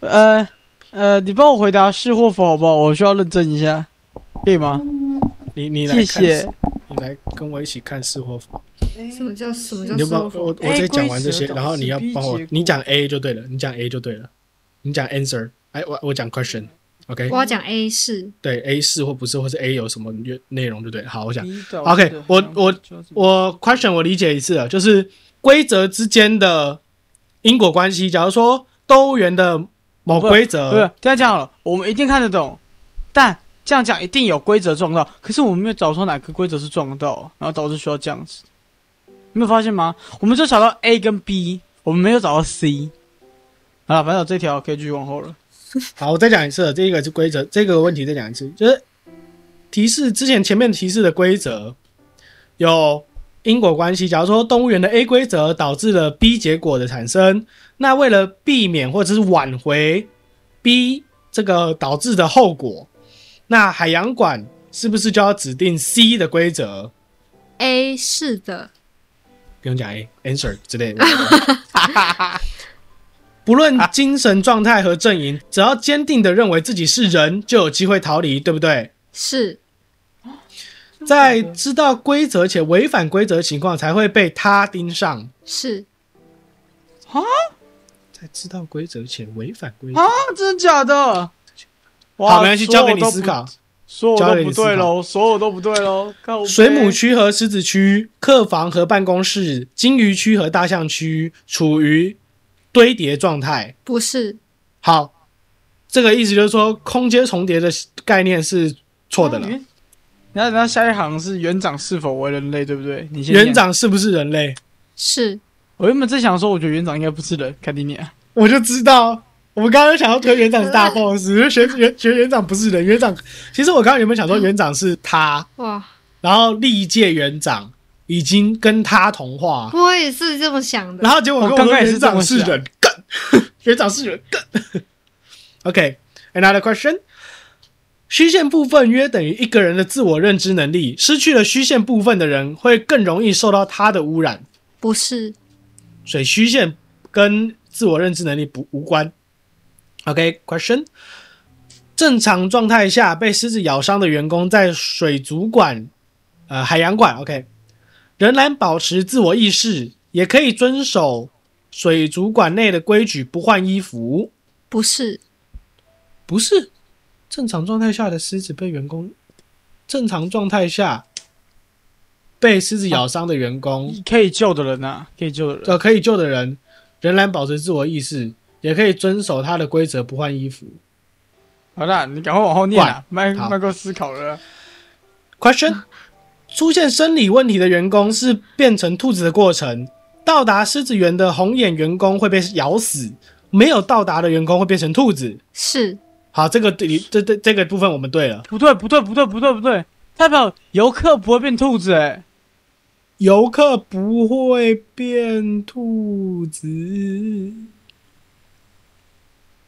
Speaker 1: 呃呃，你帮我回答是或否好不好？我需要认证一下，可以吗？
Speaker 4: 你你来
Speaker 1: 谢
Speaker 4: 看，
Speaker 1: 谢。
Speaker 4: 你来跟我一起看是或否。
Speaker 3: 什么叫什么叫
Speaker 4: 你就帮
Speaker 3: 说
Speaker 4: 我我
Speaker 3: 服？
Speaker 1: A
Speaker 4: 再讲完这些，
Speaker 1: 规则
Speaker 4: 然后你要帮
Speaker 1: 导致 B 结
Speaker 4: 我
Speaker 1: 果，
Speaker 4: 你讲 A 就对了，你讲 A 就对了，你讲 answer，哎，我我讲 question，OK，、
Speaker 3: 我要讲 A 是
Speaker 4: 对 A 是或不是，或是 A 有什么内内容就对了。好，我讲 OK，
Speaker 3: 啊
Speaker 1: OK，
Speaker 4: 我我我 question 我理解一次了，就是规则之间的因果关系。假如说动物园的某规
Speaker 1: 不是
Speaker 4: 则，
Speaker 1: 这样讲好了，我们一定看得懂，但这样讲一定有规则撞到，可是我们没有找出哪个规则是撞到，然后导致需要这样子，你没有发现吗？我们就找到 A 跟 B，我们没有找到 C。好了，反正有这条可以继续往后了。
Speaker 4: 好，我再讲一次了，这个是规则，这个问题再讲一次，就是提示之前前面提示的规则有因果关系。假如说动物园的 A 规则导致了 B 结果的产生，那为了避免或者是挽回 B 这个导致的后果，那海洋馆是不是就要指定 C 的规则？
Speaker 3: A 是的，
Speaker 4: 不用讲 A answer 之类 的。不论精神状态和阵营，只要坚定的认为自己是人，就有机会逃离，对不对？
Speaker 3: 是
Speaker 4: 在知道规则且违反规则的情况才会被他盯上。
Speaker 3: 是
Speaker 4: 在知道规则且违反规则，
Speaker 1: 啊，真的假的？哇
Speaker 4: 好，没关系，交给你思。考。
Speaker 1: 所有
Speaker 4: 交
Speaker 1: 都
Speaker 4: 给
Speaker 1: 不
Speaker 4: 你思考
Speaker 1: 对喽，所有都不对喽。看我
Speaker 4: 水母区和狮子区、客房和办公室、金鱼区和大象区处于堆叠状态。
Speaker 3: 不是
Speaker 4: 好，这个意思就是说，空间重叠的概念是错的了。
Speaker 1: 然后，然后下一行是园长是否为人类，对不对？你先念
Speaker 4: 园，长是不是人类？
Speaker 3: 是
Speaker 1: 我原本在想说，我觉得园长应该不是人，看你啊念。
Speaker 4: 我就知道，我们刚刚想要推园长是 大 boss，就学园学园长不是人，园长。其实我刚刚原本想说园长是他，
Speaker 3: 哇，
Speaker 4: 然后历届园长已经跟他同化，
Speaker 3: 我也是这么想的
Speaker 4: 然。后结果跟
Speaker 1: 哦
Speaker 4: 我
Speaker 1: 我刚
Speaker 4: 说
Speaker 1: 刚也
Speaker 4: 园
Speaker 1: 是这
Speaker 4: 长
Speaker 1: 么
Speaker 4: 是
Speaker 1: 想
Speaker 4: 人，干 园长是人，干。OK，another、question。虚线部分约等于一个人的自我认知能力，失去了虚线部分的人会更容易受到他的污染。
Speaker 3: 不是
Speaker 4: 所以虚线跟自我认知能力不无关。OK，question、正常状态下被狮子咬伤的员工，在水族馆、呃海洋馆，OK，仍然保持自我意识，也可以遵守水族馆内的规矩，不换衣服。
Speaker 3: 不是
Speaker 4: 不是正常状态下的狮子被员工，正常状态下被狮子咬伤的员工，
Speaker 1: 可以救的人啊，可以救的人。
Speaker 4: 呃，可以救的人仍然保持自我意识，也可以遵守他的规则，不换衣服。
Speaker 1: 好啦，你赶快往后念啊，麦
Speaker 4: 好
Speaker 1: 麦够思考了。
Speaker 4: Question：出现生理问题的员工是变成兔子的过程。到达狮子园的红眼员工会被咬死，没有到达的员工会变成兔子。
Speaker 3: 是
Speaker 4: 好，这个对这这这个部分我们对了。
Speaker 1: 不对，不对，不对，不对，不对，代表游客不会变兔子哎、
Speaker 4: 游客不会变兔子。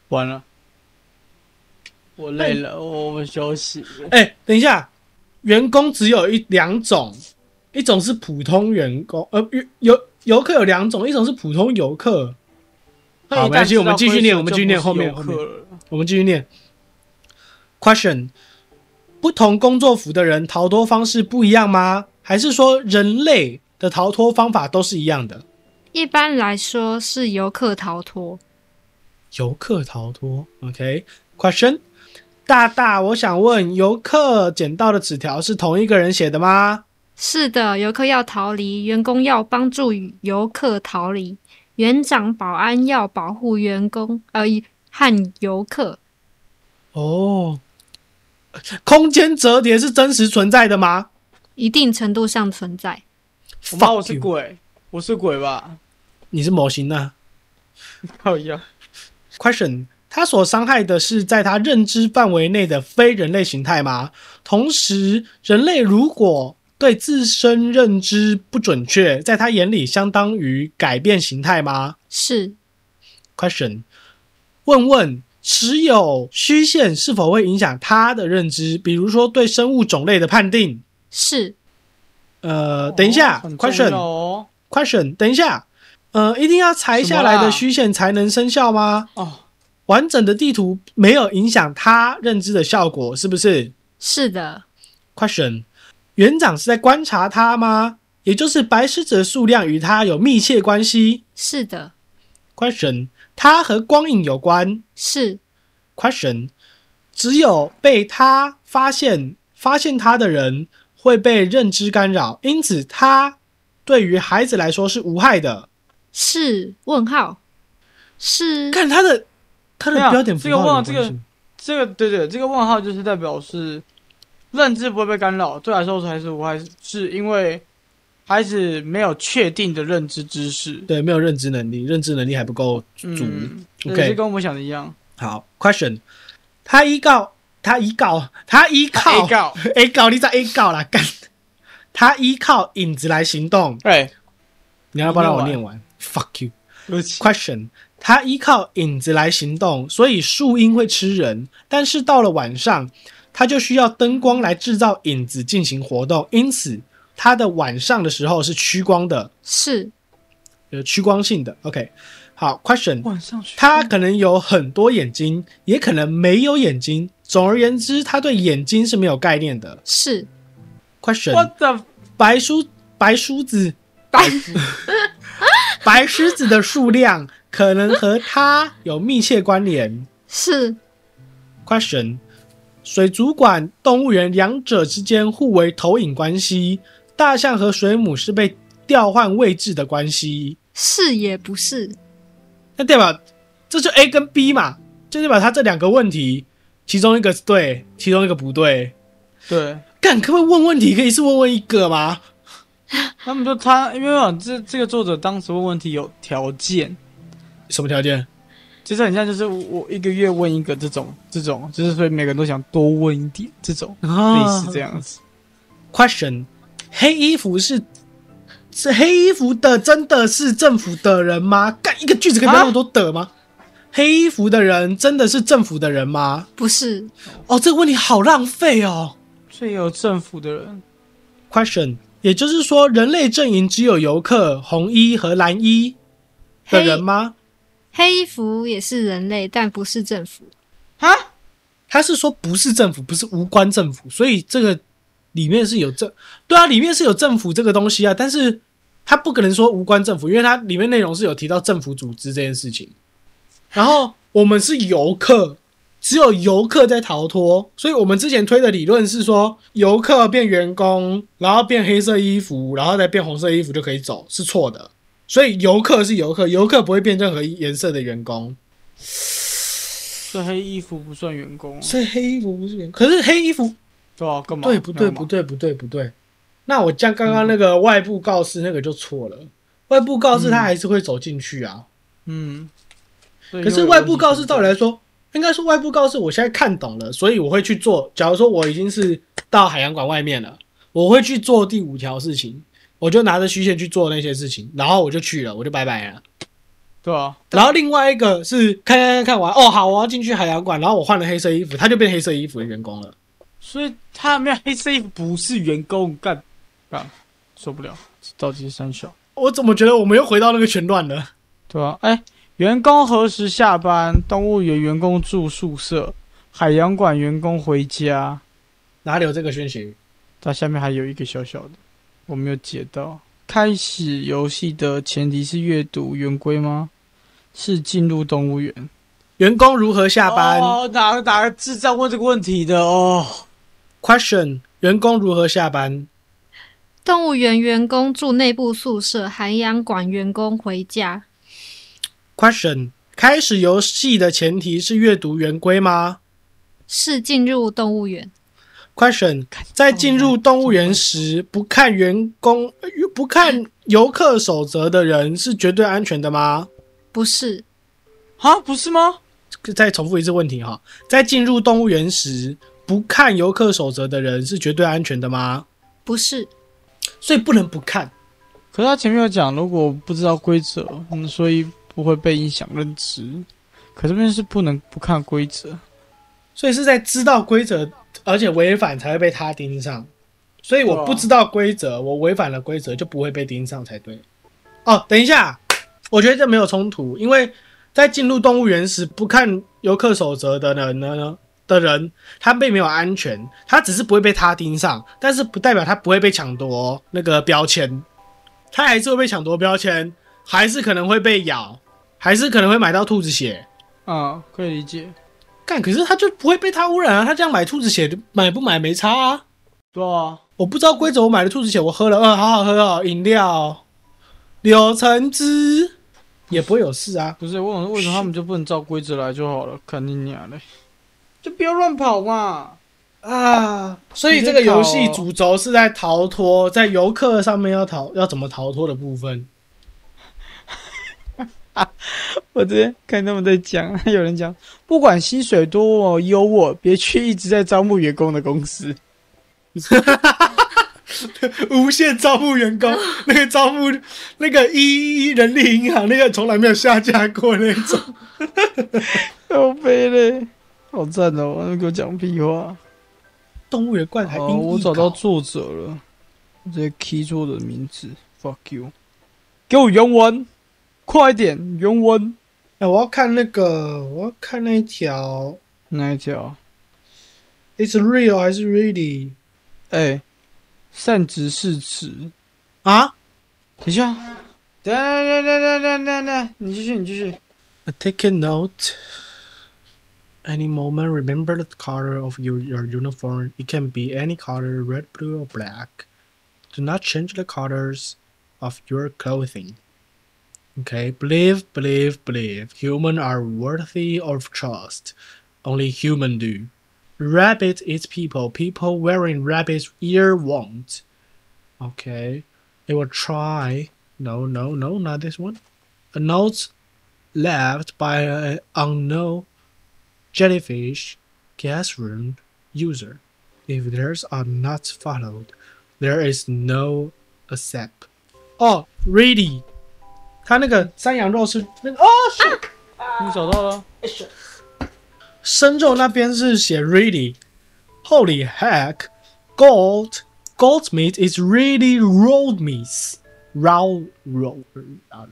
Speaker 1: 完了，我累了，我我休息。
Speaker 4: 哎、等一下，员工只有一两种，一种是普通员工，呃，游游游客有两种，一种是普通游客。好，没关系，我们继续念，我们继续念后面，后面我们继续念。Question：不同工作服的人逃脱方式不一样吗？还是说人类的逃脱方法都是一样的？
Speaker 3: 一般来说是游客逃脱，
Speaker 4: 游客逃脱。OK，Question：、大大，我想问，游客捡到的纸条是同一个人写的吗？
Speaker 3: 是的，游客要逃离，员工要帮助游客逃离，园长、保安要保护员工，呃，和游客
Speaker 4: 哦，空间折叠是真实存在的吗？
Speaker 3: 一定程度上存在。
Speaker 1: 我妈，我是
Speaker 4: Fuck you
Speaker 1: 鬼，我是鬼吧？
Speaker 4: 你是模型啊。
Speaker 1: 靠呀！
Speaker 4: Question：他所伤害的是在他认知范围内的非人类形态吗？同时，人类如果对自身认知不准确，在他眼里相当于改变形态吗
Speaker 3: 是
Speaker 4: ？Question：问问持有虚线是否会影响他的认知，比如说对生物种类的判定。
Speaker 3: 是
Speaker 4: 呃，等一下、
Speaker 1: 哦很
Speaker 4: q u e s t i
Speaker 1: 重要
Speaker 4: o n
Speaker 1: 哦
Speaker 4: question，等一下，呃，一定要裁下来的虚线才能生效吗？
Speaker 1: 哦，
Speaker 4: 完整的地图没有影响他认知的效果，是不是
Speaker 3: 是的，
Speaker 4: ？question，园长是在观察他吗？也就是白狮子的数量与他有密切关系。
Speaker 3: 是的，
Speaker 4: question，它和光影有关。
Speaker 3: 是
Speaker 4: question，只有被他发现发现他的人会被认知干扰，因此他对于孩子来说是无害的。
Speaker 3: 是问号，是
Speaker 4: 看他的他的
Speaker 1: 对啊
Speaker 4: 标点符
Speaker 1: 这个
Speaker 4: 号有
Speaker 1: 忘了
Speaker 4: 关系，
Speaker 1: 这个这个对对，这个问号就是代表是认知不会被干扰，对我来说还是无害，是因为孩子没有确定的认知知识。
Speaker 4: 对没有认知能力，认知能力还不够足。
Speaker 1: 嗯，
Speaker 4: OK
Speaker 1: 对，就跟我们想的一样。
Speaker 4: 好，question，他依靠他依靠他依靠
Speaker 1: A 告，
Speaker 4: A 告你在 A 告啦干，他依靠影子来行动。
Speaker 1: 对，
Speaker 4: 你要不要让我
Speaker 1: 你
Speaker 4: 念
Speaker 1: 念
Speaker 4: 完？Fuck you。
Speaker 1: 对不起，
Speaker 4: Question：它依靠影子来行动，所以树荫会吃人。但是到了晚上，它就需要灯光来制造影子进行活动，因此它的晚上的时候是趋光的，
Speaker 3: 是
Speaker 4: 有呃趋光性的。OK，好，Question：
Speaker 1: 晚上去
Speaker 4: 它可能有很多眼睛，也可能没有眼睛。总而言之，它对眼睛是没有概念的。
Speaker 3: 是
Speaker 4: Question：
Speaker 1: What the
Speaker 4: 白梳白梳子
Speaker 3: 白
Speaker 4: 白狮子的数量可能和它有密切关联。
Speaker 3: 是
Speaker 4: Question：水族馆、动物园两者之间互为投影关系，大象和水母是被调换位置的关系。
Speaker 3: 是也不是，
Speaker 4: 那代表这就 A 跟 B 嘛，就代表它这两个问题，其中一个是对，其中一个不对。
Speaker 1: 对，
Speaker 4: 干，可不可以问问题？可以是问问一个吗？
Speaker 1: 他们就他，因为这这个作者当时问问题有条件，
Speaker 4: 什么条件？
Speaker 1: 就是很像就是我我一个月问一个这种这种，就是所以每个人都想多问一点这种，
Speaker 4: 啊
Speaker 1: 类似这。样子。
Speaker 4: Question：黑衣服是是黑衣服的，真的是政府的人吗？干一个句子可以不要那么多的吗？黑衣服的人真的是政府的人吗？
Speaker 3: 不是
Speaker 4: 哦，这个问题好浪费哦。
Speaker 1: 最有政府的人，
Speaker 4: Question：也就是说，人类阵营只有游客、红衣和蓝衣的人吗？
Speaker 3: 黑衣服也是人类，但不是政府，
Speaker 1: 哈，
Speaker 4: 他是说不是政府，不是无关政府，所以这个里面是有政，对啊，里面是有政府这个东西啊，但是他不可能说无关政府，因为它里面内容是有提到政府组织这件事情。然后我们是游客，只有游客在逃脱，所以我们之前推的理论是说，游客变员工，然后变黑色衣服，然后再变红色衣服就可以走，是错的。所以游客是游客，游客不会变任何颜色的员工。
Speaker 1: 这黑衣服不算员工啊，
Speaker 4: 所以黑衣服不是员工，可是黑衣服
Speaker 1: 对啊，干嘛？
Speaker 4: 对不对？不对不对不对。那我像刚刚那个外部告示那个就错了，外部告示它还是会走进去啊。
Speaker 1: 嗯，所以
Speaker 4: 可是
Speaker 1: 又有
Speaker 4: 外部告示
Speaker 1: 问题
Speaker 4: 照理来说，应该说外部告示我现在看懂了，所以我会去做。假如说我已经是到海洋馆外面了，我会去做第五条事情，我就拿着虚线去做那些事情，然后我就去了，我就拜拜了。
Speaker 1: 对啊，
Speaker 4: 然后另外一个是看看看看完哦，好，我要进去海洋馆，然后我换了黑色衣服，他就变黑色衣服的员工了。
Speaker 1: 所以他没有黑色衣服不是员工干干，受不了，到底是三小
Speaker 4: 我怎么觉得我们又回到那个圈乱了？
Speaker 1: 对啊，哎，员工何时下班？动物园员工住宿舍，海洋馆员工回家。
Speaker 4: 哪里有这个讯息？
Speaker 1: 它下面还有一个小小的，我没有解到。开始游戏的前提是阅读圆规吗？是进入动物园。
Speaker 4: 员工如何下班、
Speaker 1: 哦，哪个哪个智障问这个问题的哦？
Speaker 4: q u e s t i o n 员工如何下班？
Speaker 3: 动物园员工住内部宿舍，海洋馆员工回家，
Speaker 4: Question：开始游戏的前提是阅读圆规吗
Speaker 3: 是进入动物园，
Speaker 4: ？Question：在进入动物园时，不看员工、呃不看游客守则的人是绝对安全的吗？
Speaker 3: 不是
Speaker 1: 啊，不是吗？
Speaker 4: 再重复一次问题哈，在进入动物园时，不看游客守则的人是绝对安全的吗？
Speaker 3: 不是
Speaker 4: 所以不能不看。
Speaker 1: 可是他前面有讲，如果不知道规则，嗯，所以不会被影响认知。可这边是不能不看规则。
Speaker 4: 所以是在知道规则，而且违反才会被他盯上。所以
Speaker 1: 对啊
Speaker 4: 我不知道规则，我违反了规则就不会被盯上才对。哦，等一下，我觉得这没有冲突，因为在进入动物园时不看游客守则的人呢的人，他并没有安全，他只是不会被他盯上，但是不代表他不会被抢夺那个标签，他还是会被抢夺标签，还是可能会被咬，还是可能会买到兔子血。
Speaker 1: 嗯，可以理解。
Speaker 4: 干，可是他就不会被他污染啊！他这样买兔子血，买不买没差啊！
Speaker 1: 对啊，
Speaker 4: 我不知道规则，我买了兔子血，我喝了，嗯，好好喝哦，饮料，柳橙汁，也不会有事啊。
Speaker 1: 不是为什么为什么他们就不能照规则来就好了？看你娘嘞，就不要乱跑嘛。
Speaker 4: 啊，所以这个游戏主轴是在逃脱，在游客上面要逃，要怎么逃脱的部分。
Speaker 1: 我之前看他们在讲，有人讲，不管薪水多么优渥，别去一直在招募员工的公司。
Speaker 4: 无限招募员 工，那个招募那个一一人力银行那个从来没有下架过那种。
Speaker 1: 好悲嘞，好赞哦！我给我讲屁话。
Speaker 4: 动物园罐还
Speaker 1: 好，
Speaker 4: 英译
Speaker 1: 我找到
Speaker 4: 稿
Speaker 1: 作者了，我直接 key 作者名字，fuck you，给我原文，快点原文
Speaker 4: 哎、我要看那个，我要看那一条
Speaker 1: 哪一条？
Speaker 4: ，It's real 还是 really
Speaker 1: 哎、善直是指，等
Speaker 4: 啊
Speaker 1: 一下，等等等等等等等，你继续你继续。
Speaker 4: ？I take a note. Any moment, remember the color of your, your uniform. It can be any color, red, blue, or black. Do not change the colors of your clothing. Okay, believe, believe, believe. Human are worthy of trust. Only human do. Rabbit eats people. People wearing rabbit's ear won't. Okay, it will try. No, no, no, not this one. A note left by an unknown jellyfish classroom user. If theirs are not followed, there is no accept. 哦、r e a d y 他那个山羊肉是那个哦，是
Speaker 1: 你找到了？
Speaker 4: 生肉那边是写 really。Holy heck, gold, gold meat is really raw meat. Raw, raw, uh,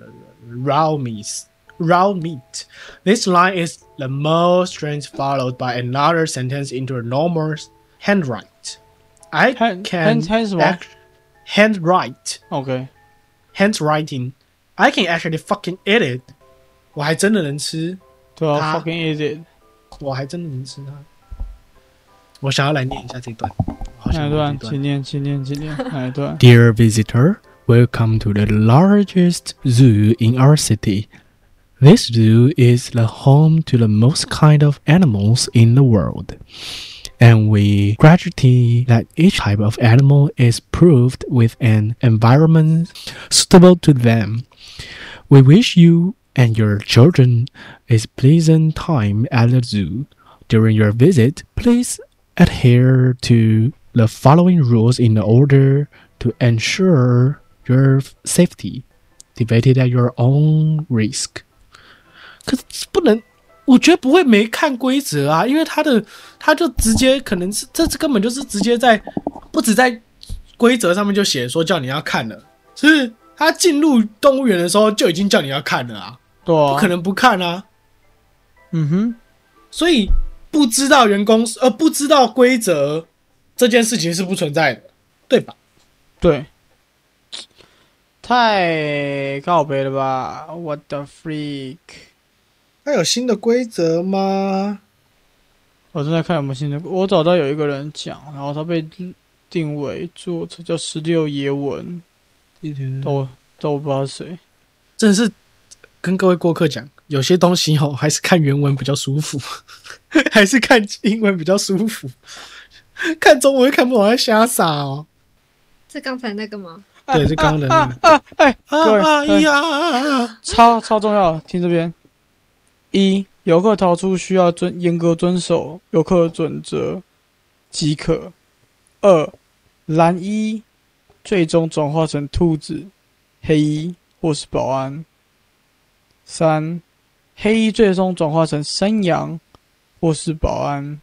Speaker 4: raw meat, raw meat. This line is the most strange, followed by another sentence into a normal handwrite. I
Speaker 1: Hand-
Speaker 4: can
Speaker 1: hand- hand 什么
Speaker 4: act- handwrite.
Speaker 1: OK，
Speaker 4: handwriting. I can actually fucking eat it. 我还真的能吃，
Speaker 1: 对啊
Speaker 4: 啊
Speaker 1: ，fucking idiot，
Speaker 4: 我还真的能吃它。我想要来念一下这段，好
Speaker 1: 哪
Speaker 4: 想
Speaker 1: 一
Speaker 4: 念
Speaker 1: 段？
Speaker 4: 这段
Speaker 1: 请。念，请念，请 念，哪一段？
Speaker 2: Dear visitor, welcome to the largest zoo in our city. This zoo is the home to the most kind of animals in the world. And we guarantee that each type of animal is proved with an environment suitable to them. We wish you and your children a pleasant time at the zoo. During your visit, please adhere to the following rules in order to ensure your safety. Debated at your own risk.
Speaker 4: 可是不能，我觉得不会没看规则啊，因为他的他就直接可能是这次根本就是直接在不止在规则上面就写说叫你要看了，是他进入动物园的时候就已经叫你要看了啊，
Speaker 1: 对
Speaker 4: 不
Speaker 1: 啊
Speaker 4: 可，能不看啊。
Speaker 1: 嗯哼，
Speaker 4: 所以不知道员工呃不知道规则这件事情是不存在的，对吧？
Speaker 1: 对，太告别了吧！What the freak！
Speaker 4: 那有新的规则吗？
Speaker 1: 我正在看有没有新的。我找到有一个人讲，然后他被定为做这叫十六爷文，都都不知道是谁。
Speaker 4: 真的是跟各位过客讲，有些东西哦，还是看原文比较舒服，还是看英文比较舒服。看中文看不懂，还瞎傻哦。
Speaker 3: 这刚才那个吗？
Speaker 4: 对，是刚刚的那个
Speaker 1: 啊，哎，各位
Speaker 4: 啊哎呀，
Speaker 1: 超超重要，听这边。一，游客逃出需要遵严格遵守游客准则即可。二，蓝衣最终转化成兔子、黑衣或是保安。三，黑衣最终转化成山羊或是保安。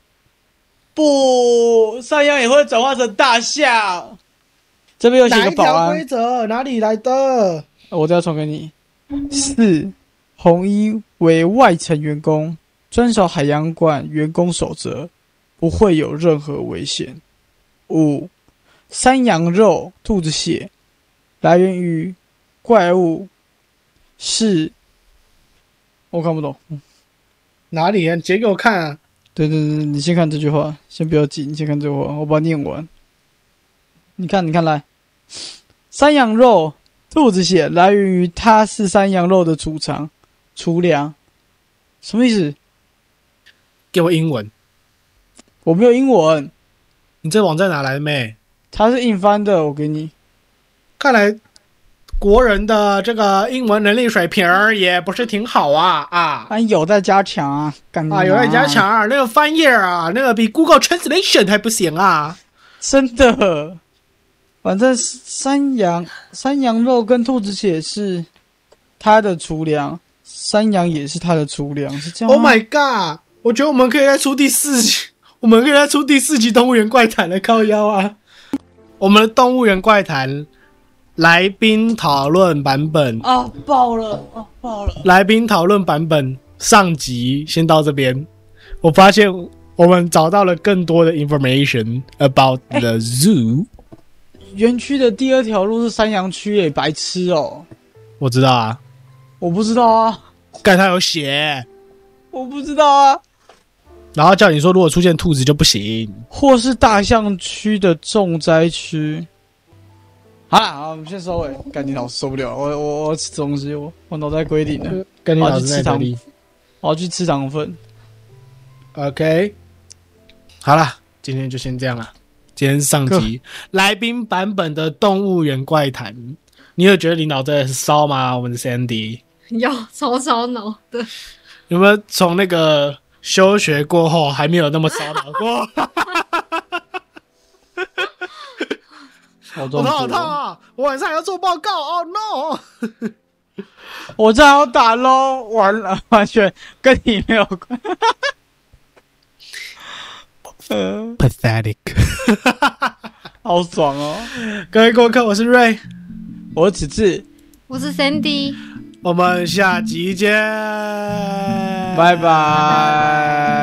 Speaker 1: 不，山羊也会转化成大象。这边有写
Speaker 4: 哪
Speaker 1: 个
Speaker 4: 一
Speaker 1: 保
Speaker 4: 条
Speaker 1: 安
Speaker 4: 规，则？哪里来的？
Speaker 1: 我再传给你。四，红衣为外层员工，遵守海洋馆员工守则，不会有任何危险。五，山羊肉、兔子血来源于怪物，是，我看不懂。
Speaker 4: 哪里啊？你截给我看啊！
Speaker 1: 对对对，你先看这句话，先不要急，你先看这句话，我把它念完。你看，你看，来，山羊肉、兔子血来源于它是山羊肉的储藏、储粮，什么意思？
Speaker 4: 给我英文，
Speaker 1: 我没有英文，
Speaker 4: 你这网站哪来的妹？
Speaker 1: 它是硬翻的，我给你。
Speaker 4: 看来国人的这个英文能力水平儿也不是挺好啊啊
Speaker 1: 啊，有待加强啊，干嘛
Speaker 4: 啊！有待加，强啊，那个翻页啊，那个比 Google Translation 还不行啊！
Speaker 1: 真的。反正山羊、山羊肉跟兔子血是它的储粮，山羊也是它的储粮，是这样
Speaker 4: Oh
Speaker 1: 吗
Speaker 4: my god！我觉得我们可以再出第四集， 我们可以再出第四集《动物园怪谈》的靠腰啊！我们的《动物园怪谈》来宾讨论版本，
Speaker 1: 啊，爆了！啊，爆了！
Speaker 4: 来宾讨论版本上集先到这边。我发现我们找到了更多的 information about the zoo。
Speaker 1: 园区的第二条路是山羊区耶，白痴哦、
Speaker 4: 我知道啊，
Speaker 1: 我不知道啊，
Speaker 4: 盖他有写，
Speaker 1: 我不知道啊。
Speaker 4: 然后叫你说如果出现兔子就不行。
Speaker 1: 或是大象区的重灾区。好啦，好，我们先收尾。赶紧老师受不了，我我我要吃东西，我我脑袋规定了，
Speaker 4: 呃跟你
Speaker 1: 哦
Speaker 4: 老
Speaker 1: 去
Speaker 4: 师
Speaker 1: 吃
Speaker 4: 在这
Speaker 1: 糖
Speaker 4: 里。
Speaker 1: 我要去吃糖分。
Speaker 4: OK，好啦，今天就先这样啦。今天上集来宾版本的动物园怪谈，你有觉得你脑袋是烧吗？我们的 Sandy
Speaker 3: 要超烧脑的，
Speaker 4: 有没有从那个休学过后还没有那么烧脑过？
Speaker 1: 好
Speaker 4: 我
Speaker 1: 痛
Speaker 4: 头好
Speaker 1: 苦
Speaker 4: 痛
Speaker 1: 哦，
Speaker 4: 啊！我晚上还要做报告哦、no！
Speaker 1: 我这还要打喽，完了， 完全跟你没有关。呃，
Speaker 2: Pathetic.
Speaker 1: 好爽哦！
Speaker 4: 各位过客，我是瑞，
Speaker 1: 我只是，
Speaker 3: 我是 Sandy。
Speaker 4: 我们下集见，
Speaker 1: 拜拜。